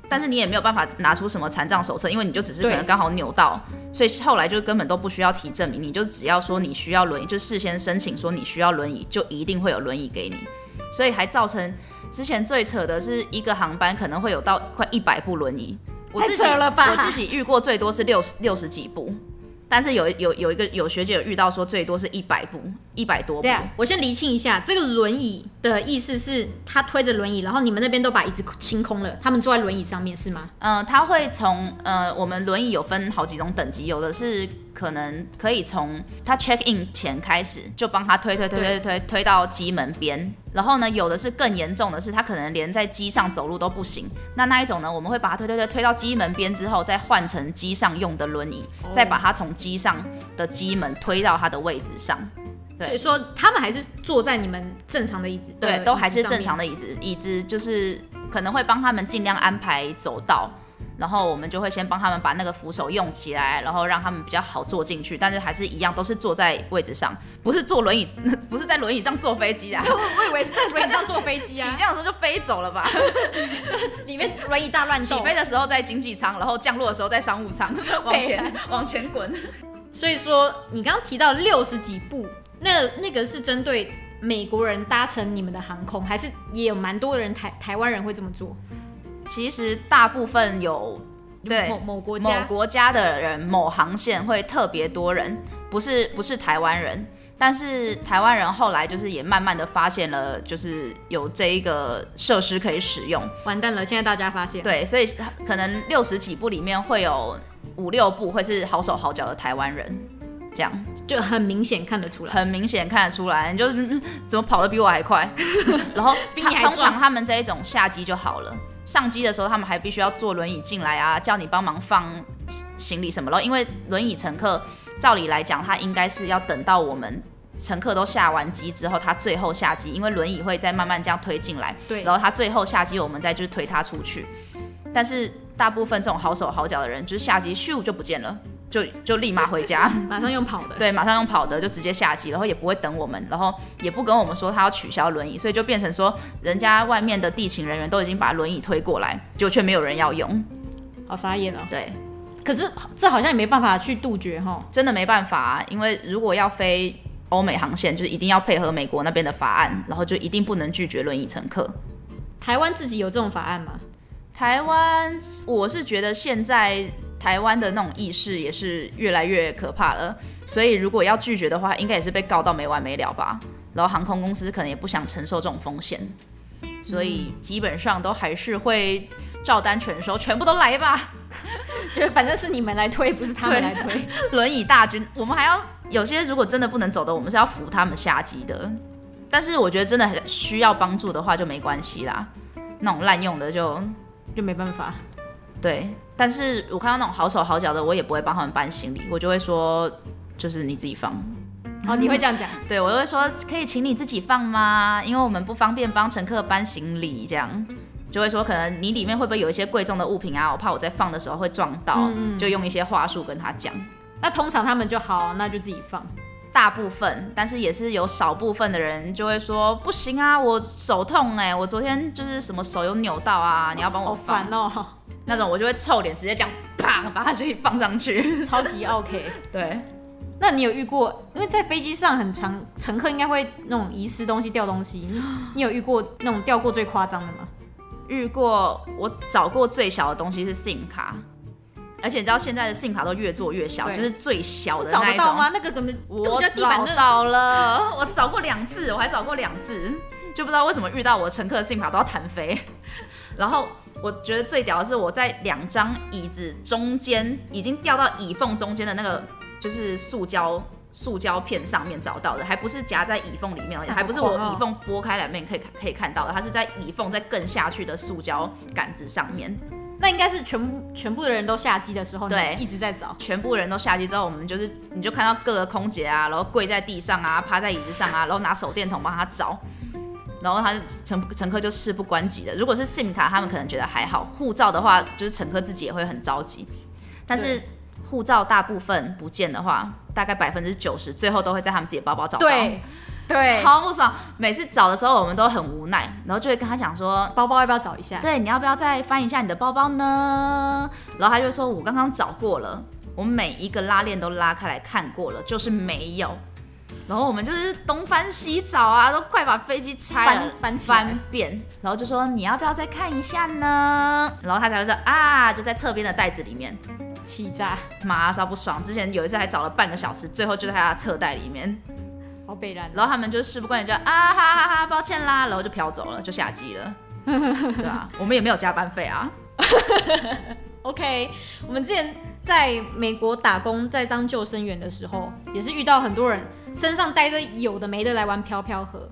但是你也没有办法拿出什么残障手册，因为你就只是可
对
能刚好扭到，所以后来就根本都不需要提证明，你就只要说你需要轮椅，就事先申请说你需要轮椅，就一定会有轮椅给你，所以还造成之前最扯的是一个航班可能会有到快一百部轮椅，我
太
自己
扯了吧
我自己遇过最多是六十六十几部。但是有有有一个有学姐有遇到说最多是一百部，一百多部
对，啊，我先厘清一下，这个轮椅的意思是他推着轮椅，然后你们那边都把椅子清空了，他们坐在轮椅上面是吗？
呃嗯，它会从呃，我们轮椅有分好几种等级，有的是可能可以从他 check in 前开始就帮他推推推推推推到机门边。然后呢，有的是更严重的是，他可能连在机上走路都不行。那那一种呢，我们会把他推推推推到机门边之后，再换成机上用的轮椅，
哦
再把他从机上的机门推到他的位置上。对
所以说他们还是坐在你们正常的椅子，
对，
的
都
椅子
还是
上
正
面
常的椅子，椅子就是可能会帮他们尽量安排走道，然后我们就会先帮他们把那个扶手用起来，然后让他们比较好坐进去，但是还是一样都是坐在位置上，不是坐轮椅， 不是在轮椅上坐飞机啊，
我我以为是在轮椅上坐飞
起
机 啊，
降的时候就飞走了吧，
里面轮椅大乱
起
斗
飞。的时候在经济舱，然后降落的时候在商务 舱，往前
啊
往前滚。
所以说，你刚刚提到六十几步，那那个是针对美国人搭乘你们的航空，还是也有蛮多人台台湾人会这么做？
其实大部分有对
某某国
某
家
国家的人、某航线会特别多人，不是不是台湾人，但是台湾人后来就是也慢慢的发现了，就是有这一个设施可以使用，
完蛋了，现在大家发现，
对，所以可能六十几部里面会有五六部会是好手好脚的台湾人，这样
就很明显看得出来。
很明显看得出来，你就是嗯怎么跑得比我还快， 然后
比
他
你还
通
壮
常他们这一种下机就好了，上机的时候他们还必须要坐轮椅进来啊，叫你帮忙放行李什么咯，因为轮椅乘客照理来讲他应该是要等到我们。乘客都下完机之后，他最后下机，因为轮椅会再慢慢这样推进来，
对
然后他最后下机，我们再就是推他出去。但是大部分这种好手好脚的人，就是下机咻就不见了，就就立马回家。
马上用跑的，
对，马上用跑的就直接下机，然后也不会等我们，然后也不跟我们说他要取消轮椅，所以就变成说人家外面的地勤人员都已经把轮椅推过来，结果却没有人要用。
好傻眼哦。
对，
可是这好像也没办法去杜绝哈。
真的没办法、啊，因为如果要飞欧美航线，就是一定要配合美国那边的法案，然后就一定不能拒绝轮椅乘客。
台湾自己有这种法案吗？
台湾，我是觉得现在台湾的那种意识也是越来越可怕了，所以如果要拒绝的话，应该也是被告到没完没了吧。然后航空公司可能也不想承受这种风险，所以基本上都还是会照单全收，全部都来吧。
就是反正是你们来推，不是他们来 推。
轮椅大军，我们还要有些如果真的不能走的，我们是要扶他们下机的。但是我觉得真的很需要帮助的话就没关系啦，那种滥用的就
就没办法。
对，但是我看到那种好手好脚的，我也不会帮他们搬行李，我就会说，就是你自己放。
哦，你会这样 讲，
对，我就会说，可以请你自己放吗？因为我们不方便帮乘客搬行李，这样就会说，可能你里面会不会有一些贵重的物品啊？我怕我在放的时候会撞到，就用一些话术跟他讲。
那通常他们就好，那就自己放。
大部分，但是也是有少部分的人就会说，不行啊，我手痛哎、我昨天就是什么手有扭到啊，你要帮我
好
放、
烦 哦，
那种，我就会臭脸直接这样啪把他行李放上去。
超级 OK。
对。
那你有遇过？因为在飞机上很常乘客应该会那种遗失东西、掉东西，你你有遇过那种掉过最夸张的 吗？
遇过我找过最小的东西是 SIM 卡，而且你知道现在的 SIM 卡都越做越小，
对
就是最小的
找
那
得
一
到
种。
吗？那个根本根本
我
叫地板
找
那
到了， 我找过两次，我还找过两次，就不知道为什么遇到我乘客的 SIM 卡都要弹飞。然后我觉得最屌的是我在两张椅子中间已经掉到椅缝中间的那个就是塑胶。塑胶片上面找到的，还不是夹在椅缝里面而已，
那好
还不是我
狂哦
椅缝拨开两面可以看可以看到的，它是在椅缝再更下去的塑胶杆子上面。
那应该是全部全部的人都下机的时候，你
对
一直在找。
全部人都下机之后，我们就是你就看到各个空姐啊，然后跪在地上啊，趴在椅子上啊，然后拿手电筒帮他找，然后他乘乘客就事不关己的。如果是 SIM 卡，他们可能觉得还好；护照的话，就是乘客自己也会很着急。但是护照大部分不见的话，大概百分之九十最后都会在他们自己的包包找到。
对对，
超不爽。每次找的时候，我们都很无奈，然后就会跟他讲说，
包包要不要找一下？
对，你要不要再翻一下你的包包呢？然后他就说，我刚刚找过了，我每一个拉链都拉开来看过了，就是没有。然后我们就是东翻西找啊，都快把飞机拆了，
翻翻起来
翻遍，然后就说你要不要再看一下呢？然后他才会说啊，就在侧边的袋子里面。
欺诈，
妈，超不爽！之前有一次还找了半个小时，最后就在他的侧袋里面。
好北然。
然后他们就事不关己，就啊哈哈哈，抱歉啦，然后就飘走了，就下机 了。对啊，我们也没有加班费啊。
OK，我们之前在美国打工，在当救生员的时候，也是遇到很多人身上带着有的没的来玩飘飘盒、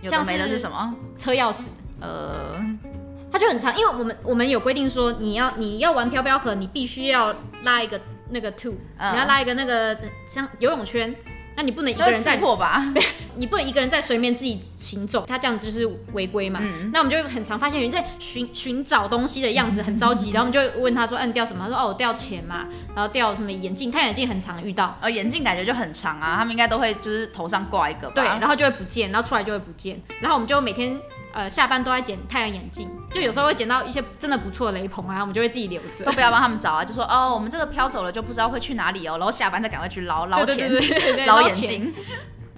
有的
像
没的
是
是什么？
车钥匙，
呃，
它就很长，因为我们我们有规定说，你要你要玩飘飘盒，你必须要拉一个那个 two，、
嗯
你要拉一个那个像游泳圈，那你不能一
那
个
会
人
刺
在，
破吧？
你不能一个人在水面自己行走，它这样就是违规嘛。那我们就很常发现有人在寻寻找东西的样子，很着急，然后我们就问他说：“嗯、你掉什么？”他说：“哦，我掉钱嘛，然后掉什么眼镜，太阳眼镜很常遇到，
呃，眼镜感觉就很长啊，他们应该都会就是头上挂一个吧？
对，然后就会不见，然后出来就会不见，然后我们就每天呃下班都在捡太阳眼镜，就有时候会捡到一些真的不错的雷朋啊，我们就会自己留着
都。不要帮他们找啊，就说哦，我们这个飘走了就不知道会去哪里哦，然后下班再赶快去捞 捞钱，
对对对对对
捞
捞
眼
钱
睛，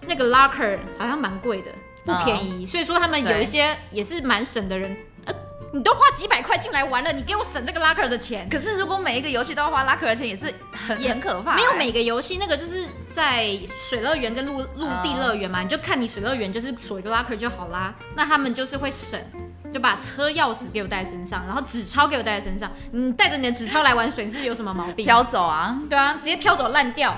那个 locker 好像蛮贵的，不便宜，所以说他们有一些也是蛮省的人，呃，你都花几百块进来玩了，你给我省这个 locker 的钱。
可是如果每一个游戏都要花拉克的钱，也是很
也
很可怕欸、
没有每个游戏那个就是在水乐园跟陆陆地乐园嘛，你就看你水乐园就是锁一个 locker 就好啦。那他们就是会省，就把车钥匙给我带在身上，然后纸钞给我带在身上。你带着你的纸钞来玩水是有什么毛病？
飘走啊，
对啊，直接飘走烂掉，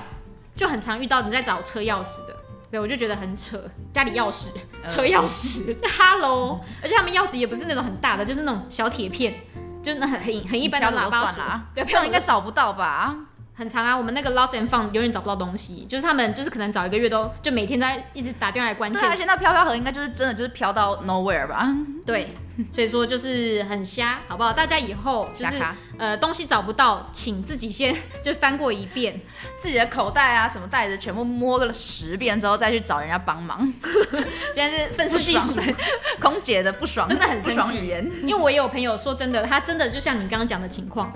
就很常遇到你在找车钥匙的。对，我就觉得很扯，家里钥匙、
呃
车钥匙、，Hello，而且他们钥匙也不是那种很大的，就是那种小铁片，就那很很很一般的
飘走
喇
就
叭
算
锁
了啊，
对，飘
飘
走
应该找不到吧？
很长啊，我们那个 lost and found 永远找不到东西，就是他们就是可能找一个月都就每天在一直打电话来关
对
切，
啊，而且那飘飘盒应该就是真的就是飘到 nowhere 吧？
对，所以说就是很瞎，好不好？大家以后就
瞎
是
卡
呃东西找不到，请自己先就翻过一遍，
自己的口袋啊什么袋子全部摸了十遍之后再去找人家帮忙，
现在是愤世嫉
不爽
俗，
空姐的不爽，
真的很
不
生
爽
气
语言。
因为我也有朋友说真的，他真的就像你刚刚讲的情况，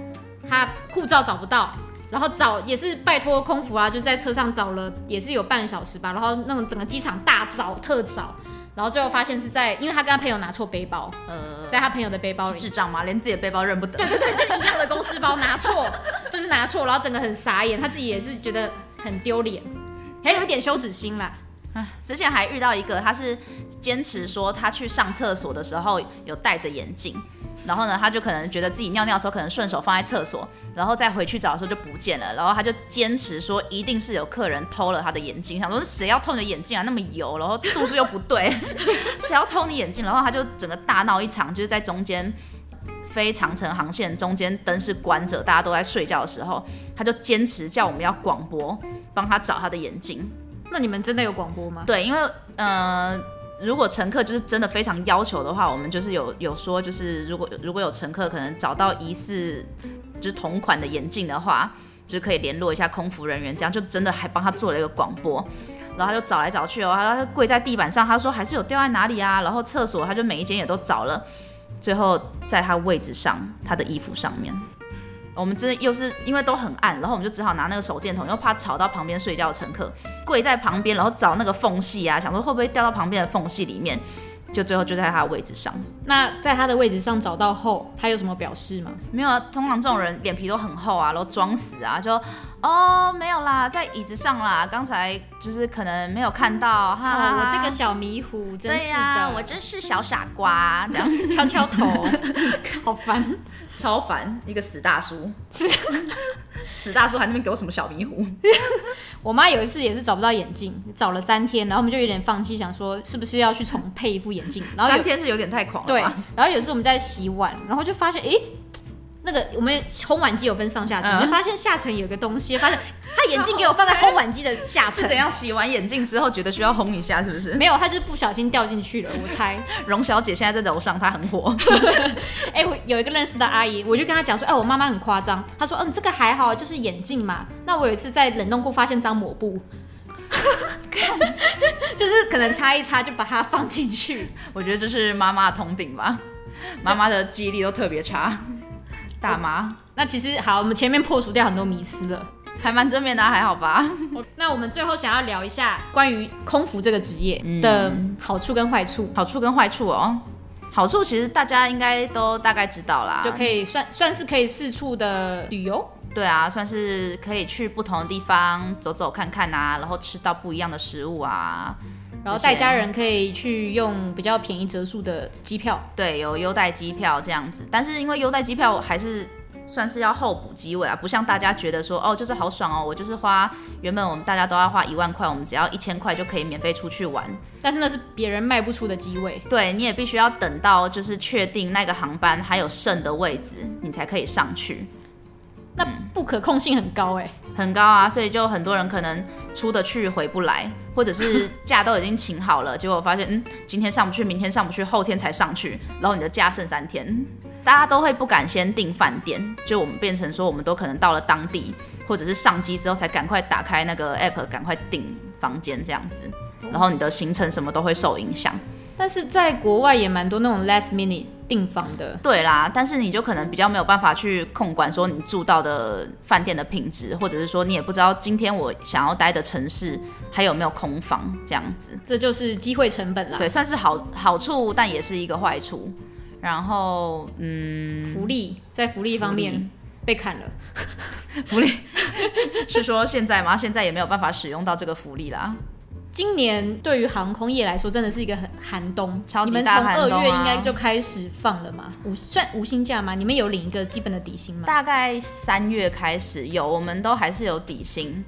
他护照找不到。然后找也是拜托空服啊，就在车上找了，也是有半个小时吧。然后那种整个机场大找特找，然后最后发现是在，因为他跟他朋友拿错背包，
呃，
在他朋友的背包
是
里，
智障吗？连自己的背包认不得
对，对对，就一样的公司包拿错，就是拿错，然后整个很傻眼，他自己也是觉得很丢脸，还有一点羞耻心啦。
之前还遇到一个，他是坚持说他去上厕所的时候有戴着眼镜，然后呢，他就可能觉得自己尿尿的时候可能顺手放在厕所，然后再回去找的时候就不见了，然后他就坚持说一定是有客人偷了他的眼镜，想说谁要偷你的眼镜啊，那么油，然后度数又不对，谁要偷你眼镜？然后他就整个大闹一场，就是在中间。飞长城航线中间灯是关着，大家都在睡觉的时候，他就坚持叫我们要广播帮他找他的眼镜。
那你们真的有广播吗？
对，因为呃，如果乘客就是真的非常要求的话，我们就是有有说，就是如果如果有乘客可能找到疑似就是同款的眼镜的话，就是可以联络一下空服人员，这样就真的还帮他做了一个广播。然后他就找来找去哦，他他跪在地板上，他说还是有掉在哪里啊，然后厕所他就每一间也都找了，最后在他位置上，他的衣服上面。我们真的又是因为都很暗，然后我们就只好拿那个手电筒，又怕吵到旁边睡觉的乘客，跪在旁边，然后找那个缝隙啊，想说会不会掉到旁边的缝隙里面，就最后就在他的位置上。
那在他的位置上找到后，他有什么表示吗？
没有啊，通常这种人脸皮都很厚啊，然后装死啊，就哦没有啦，在椅子上啦，刚才就是可能没有看到哈、
啊，我这个小迷糊，真
对
是
呀、
的，
我真是小傻瓜，这样
敲敲头，好烦。
超烦，一个死大 叔，死大叔还那边给我什么小迷糊，
我妈有一次也是找不到眼镜，找了三天，然后我们就有点放弃，想说是不是要去重配一副眼镜，然后有
三天是有点太狂了
对
吧？，
然后有一次我们在洗碗，然后就发现，诶，那个我们烘碗机有分上下层，
嗯
就发现下层有一个东西， 发现他眼镜给我放在烘碗机的下层
是，怎样洗完眼镜之后觉得需要烘一下，是不是？
没有，他就是不小心掉进去了，我猜。
荣小姐现在在楼上，她很火。
哎、我有一个认识的阿姨，我就跟她讲说，哎、我妈妈很夸张，她说，嗯，这个还好，就是眼镜嘛。那我有一次在冷冻库发现张抹布。就是可能擦一擦就把它放进去，
我觉得这是妈妈的通病吧，妈妈的记忆力都特 别差。大妈
那其实好，我们前面破除掉很多迷思了。
还蛮正面的啊，还好吧？
那我们最后想要聊一下关于空服这个职业的好处跟坏处，
好处跟坏处哦。好处其实大家应该都大概知道啦，
就可以算算是可以四处的旅游。
对啊，算是可以去不同的地方走走看看啊，然后吃到不一样的食物啊，
然后带家人可以去用比较便宜折数的机票，
对，有优待机票这样子。但是因为优待机票还是算是要候补机会啊啦，不像大家觉得说哦，就是好爽哦，我就是花原本我们大家都要花一万块，我们只要一千块就可以免费出去玩。
但是那是别人卖不出的机位。
对你也必须要等到就是确定那个航班还有剩的位置，你才可以上去。
那
嗯
不可控性很高哎、
很高啊，所以就很多人可能出得去回不来，或者是假都已经请好了，结果发现嗯，今天上不去，明天上不去，后天才上去，然后你的假剩三天，大家都会不敢先订饭店，就我们变成说我们都可能到了当地，或者是上机之后才赶快打开那个 app，赶快订房间这样子，然后你的行程什么都会受影响。
但是在国外也蛮多那种 last minute 订房的，
对啦，但是你就可能比较没有办法去控管说你住到的饭店的品质，或者是说你也不知道今天我想要待的城市还有没有空房这样子。
这就是机会成本啦，
对，算是好好处，但也是一个坏处。然后，嗯，
福利在福利方面被砍了。
是说现在吗？现在也没有办法使用到这个福利啦。
今年对于航空业来说，真的是一个很寒冬。
超级
你们从
大寒
二
冬啊
月应该就开始放了嘛？无算无薪假吗？你们有领一个基本的底薪吗？
大概三月开始有，我们都还是有底薪，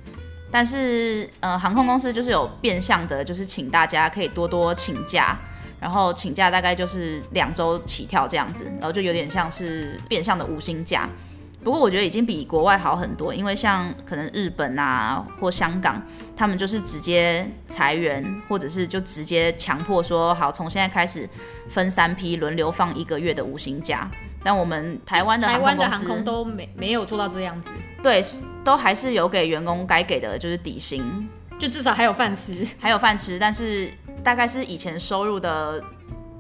但是呃，航空公司就是有变相的，就是请大家可以多多请假，然后请假大概就是两周起跳这样子，然后就有点像是变相的无薪假。不过我觉得已经比国外好很多，因为像可能日本啊或香港，他们就是直接裁员，或者是就直接强迫说好，从现在开始分三批轮流放一个月的无薪假。但我们台湾的
台
航
湾
空
的
公
航
司
空都没没有做到这样子，
对，都还是有给员工该给的，就是底薪，
就至少还有饭吃。
还有饭吃，但是大概是以前收入的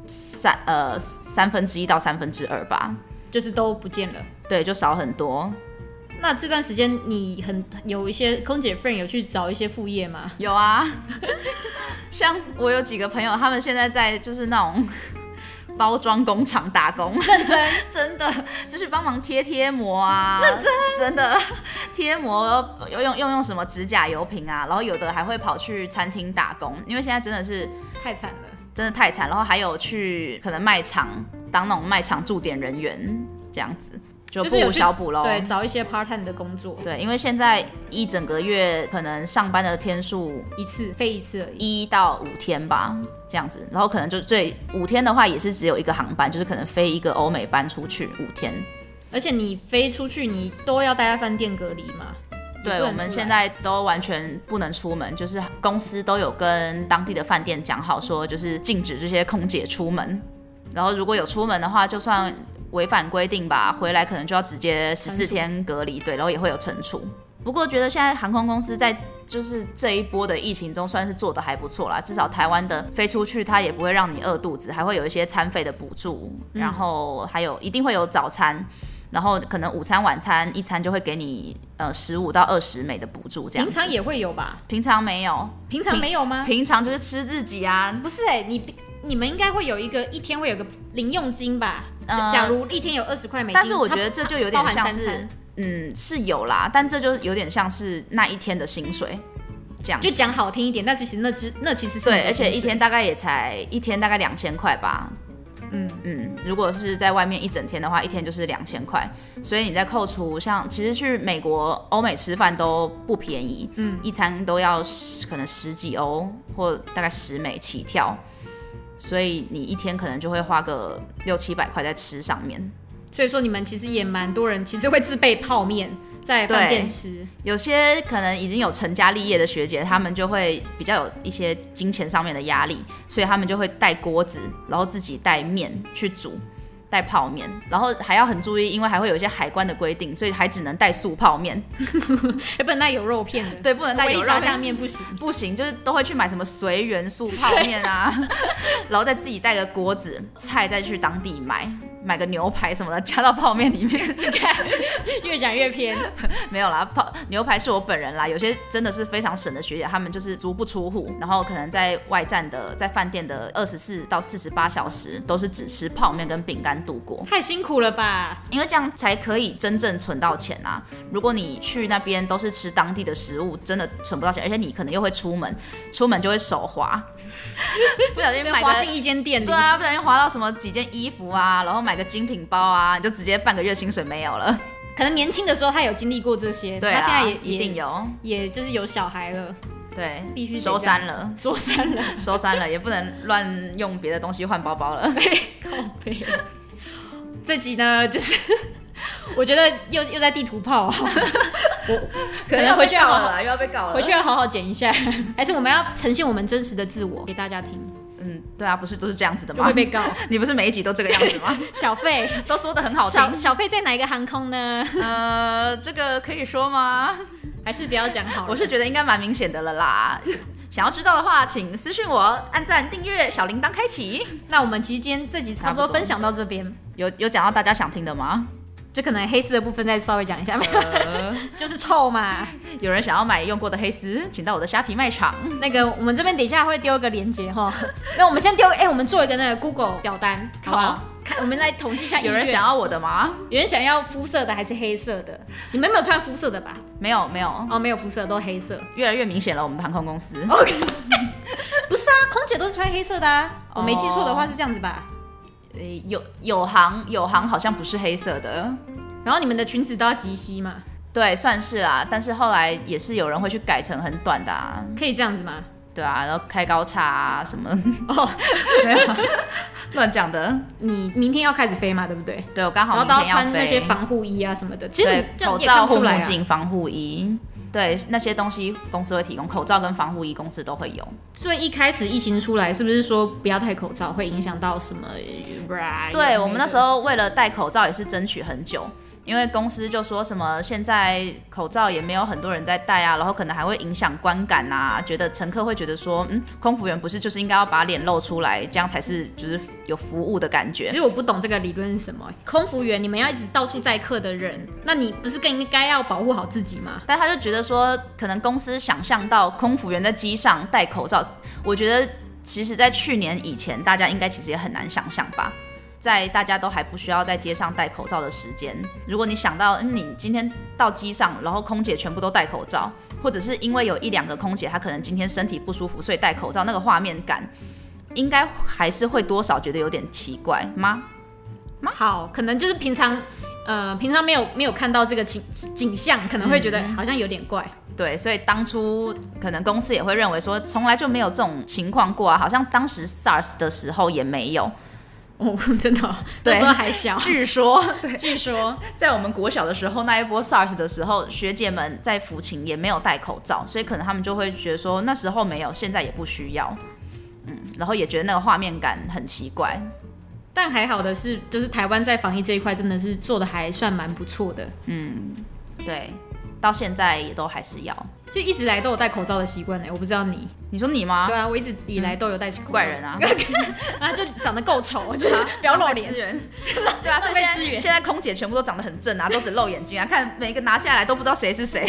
三呃三分之一到三分之二吧，
就是都不见了。
对，就少很多。
那这段时间你很有一些空姐 friend 有去找一些副业吗？
有啊， 像我有几个朋友，他们现在在就是那种包装工厂打工，认真 真的就是帮忙贴贴膜啊，认真真的贴膜，用用用用什么指甲油瓶啊，然后有的还会跑去餐厅打工，因为现在真的是。
太惨了。
真的太惨。然后还有去可能卖场当那种卖场驻点人员这样子，就不
是有
无
去
小补喽。
对，找一些 part time 的工作，
对，因为现在一整个月可能上班的天数
一次飞一次而已。
一到五天吧，这样子，然后可能就最五天的话也是只有一个航班，就是可能飞一个欧美班出去五天。
而且你飞出去，你都要待在饭店隔离嘛？
对，我们现在都完全不能出门，就是公司都有跟当地的饭店讲好，说就是禁止这些空姐出门。然后如果有出门的话，就算违反规定吧，回来可能就要直接十四
惩处
天隔离，对，然后也会有惩处。不过觉得现在航空公司在就是这一波的疫情中算是做的还不错
嗯
啦，至少台湾的飞出去它也不会让你饿肚子，还会有一些餐费的补助，
嗯
然后还有一定会有早餐，然后可能午餐、晚餐一餐就会给你呃十五到二十美的补助这样
平
子。
常也会有吧？
平常没有，
平常没有吗？
平常就是吃自己啊。
不是哎、你你们应该会有一个一天会有个零用金吧？
呃
假如一天有二十块美金，
但是我
它
觉得这就有
包
点
含
像
三
是
餐，
嗯，是有啦，但这就有点像是那一天的薪水这样子
就讲好听一点，但是其实那只那其实是你
对，
的
而且
薪水
一天大概也才一天大概两千块吧。
嗯
嗯，如果是在外面一整天的话，一天就是两千块，所以你再扣除像其实去美国、欧美吃饭都不便宜，嗯，一餐都要十可能十几欧或大概十美起跳，所以你一天可能就会花个六七百块在吃上面。
所以说你们其实也蛮多人其实会自备泡面在饭店
对
吃，
有些可能已经有成家立业的学姐，她们就会比较有一些金钱上面的压力，所以她们就会带锅子，然后自己带面去煮，带泡面，然后还要很注意，因为还会有一些海关的规定，所以还只能带素泡面，
哎，不能带有肉片的，
对，不能带
唯
有
一
肉
炸酱面不行。
不行，就是都会去买什么随缘素泡面啊，然后再自己带个锅子，菜再去当地买，买个牛排什么的加到泡面里面。
越讲越偏，
没有啦，泡牛排是我本人啦。有些真的是非常省的学姐，她们就是足不出户，然后可能在外站的、在饭店的二十四到四十八小时都是只吃泡面跟饼干度过，
太辛苦了吧？
因为这样才可以真正存到钱啊。如果你去那边都是吃当地的食物，真的存不到钱，而且你可能又会出门，出门就会手滑， 不小心买
花
个。
进一间店里，
对啊，不小心滑到什么几件衣服啊，然后买个精品包啊，你就直接半个月薪水没有了。
可能年轻的时候他有经历过这些，
对
他
啊，
现在也
一定有，
也也就是有小孩了，
对，
必须得
收
这样
山
子
了，
说删了，
收山了，也不能乱用别的东西换包包 了。
靠背。这集呢，就是我觉得又又在地图炮、啊，可能
要
回
被
去
告
好
了
好
啦，又要被告了。
回去要好好剪一下，还是我们要呈现我们真实的自我给大家听，
嗯，对啊，不是都是这样子的
就
吗
会？被告。
你不是每一集都这个样子 吗？
小费，
都说的很好
小
听。
小费在哪一个航空呢？
呃，这个可以说吗？
还是不要讲好了。
我是觉得应该蛮明显的了啦。想要知道的话，请私信我，按赞、订阅、小铃铛开启。
那我们其实今天这集差不
差
多
不多
分享到这边，
有有讲到大家想听的吗？
就可能黑丝的部分再稍微讲一下，
呃
就是臭嘛。
有人想要买用过的黑丝，请到我的虾皮卖 场。
那个我们这边底下会丢一个链接 哈，那我们先丢，哎、我们做一个那个 Google 表单，好不好
好？啊
看，我们来统计一下意愿。
有人想要我的吗？
有人想要肤色的还是黑色的？你们有没有穿肤色的吧？
没有，没有，
哦，没有肤色，都黑色。
越来越明显了。我们的航空公司
OK，不是啊，空姐都是穿黑色的啊，我没记错的话
哦
是这样子吧？
呃有有行有行好像不是黑色的，
然后你们的裙子都要及膝嘛，
对，算是啦、但是后来也是有人会去改成很短的、啊，
可以这样子吗？
对啊，然后开高叉啊什么，
哦，
没有啊乱讲的。
你明天要开始飞嘛，对不对？
对我刚
然
好
后
明
都要
天要
穿那些
飞，
防护衣啊什么的，其实你
对，
这样
口
你也看
罩、
不
护
出来
目
啊。
镜、防护衣，对那些东西公司会提供，口罩跟防护衣公司都会有。
所以一开始疫情出来，是不是说不要戴口罩会影响到什么？呃
对我们那时，候为了戴口罩也是争取很久，因为公司就说什么现在口罩也没有很多人在戴啊，然后可能还会影响观感啊，觉得乘客会觉得说，嗯，空服员不是就是应该要把脸露出来，这样才是就是有服务的感
其
觉。
实我不懂这个理论是什么欸、空服员，你们要一直到处载客的人，那你不是更应该要保护好自己吗？
啊但他就觉得说，可能公司想象到空服员在机上戴口罩，我觉得其实，在去年以前，大家应该其实也很难想象吧。在大家都还不需要在街上戴口罩的时间，如果你想到，嗯，你今天到机上，然后空姐全部都戴口罩，或者是因为有一两个空姐她可能今天身体不舒服，所以戴口罩，那个画面感，应该还是会多少觉得有点奇怪吗？
好，可能就是平常，呃，平常没有没有看到这个景景象，可能会觉得
嗯
好像有点怪。
对，所以当初可能公司也会认为说，从来就没有这种情况过啊，好像当时 SARS 的时候也没有。
哦， 真的、哦，
对
那时候还小。
据说
据说，
在我们国小的时候，那一波 SARS 的时候，学姐们在服勤也没有戴口罩，所以可能他们就会觉得说，那时候没有，现在也不需要。嗯，然后也觉得那个画面感很奇怪，
但还好的是，就是台湾在防疫这一块真的是做的还算蛮不错的，
嗯对，到现在也都还是要。
就一直以来都有戴口罩的习惯欸呢。我不知道你，
你说你吗
对？啊，我一直以来都有戴口罩。
怪人啊！
啊，就长得够丑，我觉 得不要露脸。
人，对啊，所以现
浪费资
在
源
现在空姐全部都长得很正啊，都只露眼睛啊，看每一个拿下来都不知道谁是谁。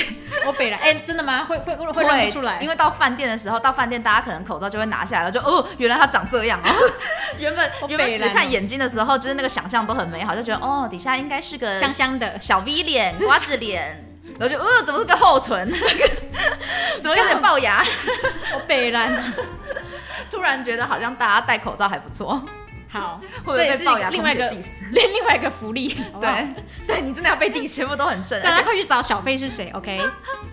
我北来，哎、真的吗？会会会会认不出来？
因
为
为到饭店的时候，到饭店大家可能口罩就会拿下来了，就哦，原来他长这样哦。 原本
好北
原本只
蓝哦
看眼睛的时候，就是那个想象都很美好，就觉得哦，底下应该是个
香香的，
小 V 脸、瓜子脸，然后就哦，怎么是个厚唇， 怎么有点龅牙？
我北兰。
突然觉得好像大家戴口罩还不错，
好，
会不
这
会
也
被
是
龅牙
另外一个
空姐 diss？
另另外一个福利，好不好
对，
对你真的要被 diss。
全部都很正，
大
而
家
且
快去找小飞是谁，OK？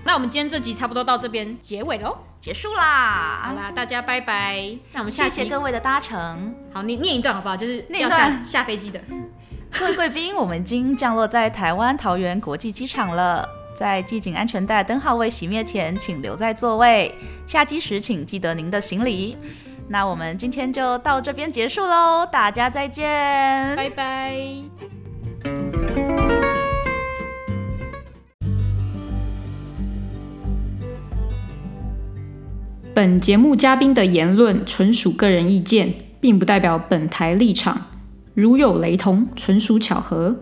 那我 们今天这集差不多到这边结尾喽，
结束
好
啦。
啦，大家拜拜。那我们下
谢
期
谢各位的搭乘。
好，你念一段好不好？就是
念一
要下
段
下飞机的，
各位贵宾，我们已经降落在台湾桃园国际机场了。在系紧安全带、灯号位熄灭前，请留在座位。下机时请记得您的行李。那我们今天就到这边结束喽，大家再见。
拜拜。本节目嘉宾的言论纯属个人意见，并不代表本台立场，如有雷同，纯属巧合。